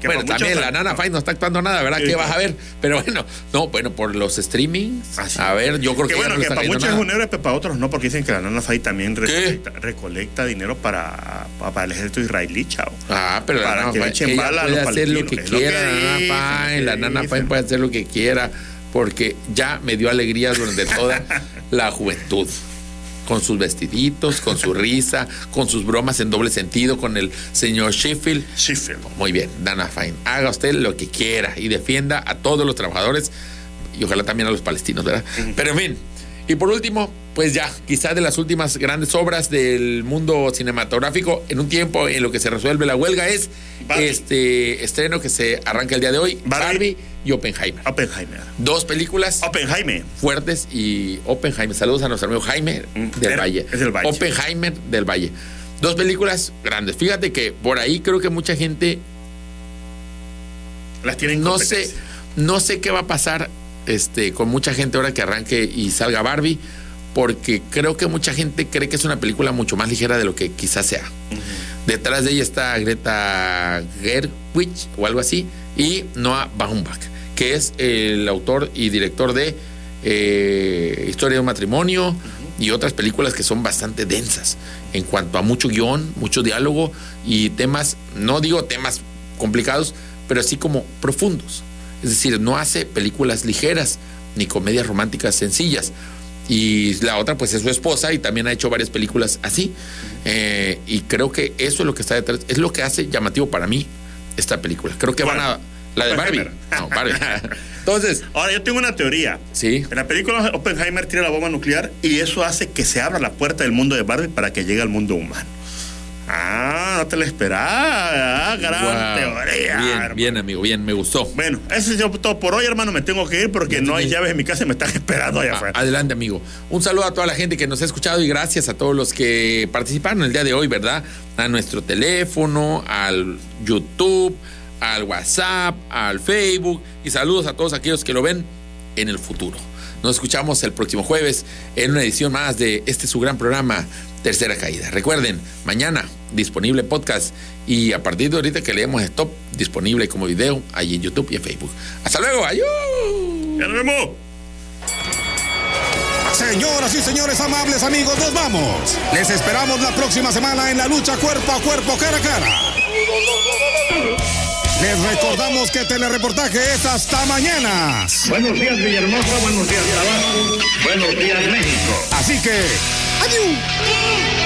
D: Que
C: bueno,
D: para muchos-
C: también la nana Fine no está actuando nada, ¿verdad? ¿Qué
D: Sí,
C: vas a
D: claro.
C: ver? Pero bueno, no, bueno, por los streamings.
D: Así.
C: A ver, yo creo que,
D: que
C: ya no
D: bueno,
C: le
D: que
C: está
D: para
C: cayendo
D: muchos es
C: nada.
D: un héroe, pero para otros no, porque dicen que la Nana Fai también recolecta,
C: ¿Qué?
D: recolecta dinero para, para, para el ejército israelí, chao.
C: Ah, pero la
D: Para
C: nana
D: que le
C: Fine
D: echen
C: ella
D: bala a
C: puede
D: los
C: hacer lo que
D: palestinos, es lo que
C: quiera,
D: dicen,
C: la nana Fine, la
D: que
C: nana Fine
D: dicen.
C: puede hacer lo que quiera, porque ya me dio alegrías durante toda la juventud. Con sus vestiditos, con su risa, con sus bromas en doble sentido, con el señor Sheffield.
D: Sheffield.
C: Muy bien, Nana Fine, haga usted lo que quiera y defienda a todos los trabajadores y ojalá también a los palestinos, ¿verdad? Pero en fin, y por último, pues ya, quizá de las últimas grandes obras del mundo cinematográfico en un tiempo en lo que se resuelve la huelga es
D: Barbie.
C: este estreno que se arranca el día de hoy, Barbie,
D: Barbie.
C: y Oppenheimer.
D: Oppenheimer.
C: Dos películas
D: Oppenheimer.
C: fuertes y Oppenheimer. Saludos a nuestro amigo Jaime
D: Mm,
C: del
D: er-
C: Valle.
D: es del Valle.
C: Oppenheimer del Valle. Dos películas grandes. Fíjate que por ahí creo que mucha gente
D: Las tienen
C: no
D: competencia.
C: sé, no sé qué va a pasar este, con mucha gente ahora que arranque y salga Barbie, porque creo que mucha gente cree que es una película mucho más ligera de lo que quizás sea. Detrás de ella está Greta Gerwig o algo así y Noah Baumbach, que es el autor y director de eh, Historia de un matrimonio y otras películas que son bastante densas en cuanto a mucho guión, mucho diálogo y temas, no digo temas complicados, pero así como profundos. Es decir, no hace películas ligeras ni comedias románticas sencillas. Y la otra, pues es su esposa y también ha hecho varias películas así. Eh, y creo que eso es lo que está detrás, es lo que hace llamativo para mí esta película. Creo que van a.
D: Bueno,
C: La de Barbie.
D: Oppenheimer.
C: No, Barbie. Entonces,
D: Ahora, yo tengo una teoría.
C: sí.
D: En la película Oppenheimer tira la bomba nuclear y eso hace que se abra la puerta del mundo de Barbie para que llegue al mundo humano. Ah, no te la esperaba. Ah, gran
C: Wow.
D: teoría.
C: Bien,
D: hermano.
C: bien, amigo, bien, me gustó.
D: Bueno, eso es todo por hoy, hermano. Me tengo que ir porque no hay llaves en mi casa y me están esperando allá
C: Ah,
D: afuera.
C: Adelante, amigo. Un saludo a toda la gente que nos ha escuchado y gracias a todos los que participaron el día de hoy, ¿verdad? A nuestro teléfono, al YouTube, al WhatsApp, al Facebook y saludos a todos aquellos que lo ven en el futuro. Nos escuchamos el próximo jueves en una edición más de este su gran programa, Tercera Caída. Recuerden, mañana disponible podcast. Y a partir de ahorita que leemos Stop, disponible como video allí en YouTube y en Facebook. Hasta luego, ayú.
D: ¡Ya nos vemos!
B: Señoras y señores, amables amigos, nos vamos. Les esperamos la próxima semana en la lucha cuerpo a cuerpo, cara a cara. Les recordamos que telereportaje es hasta mañana.
H: Buenos días, Villahermosa. Buenos días, Tabasco. Buenos días, México.
B: Así que, adiós.
F: ¡Adiós!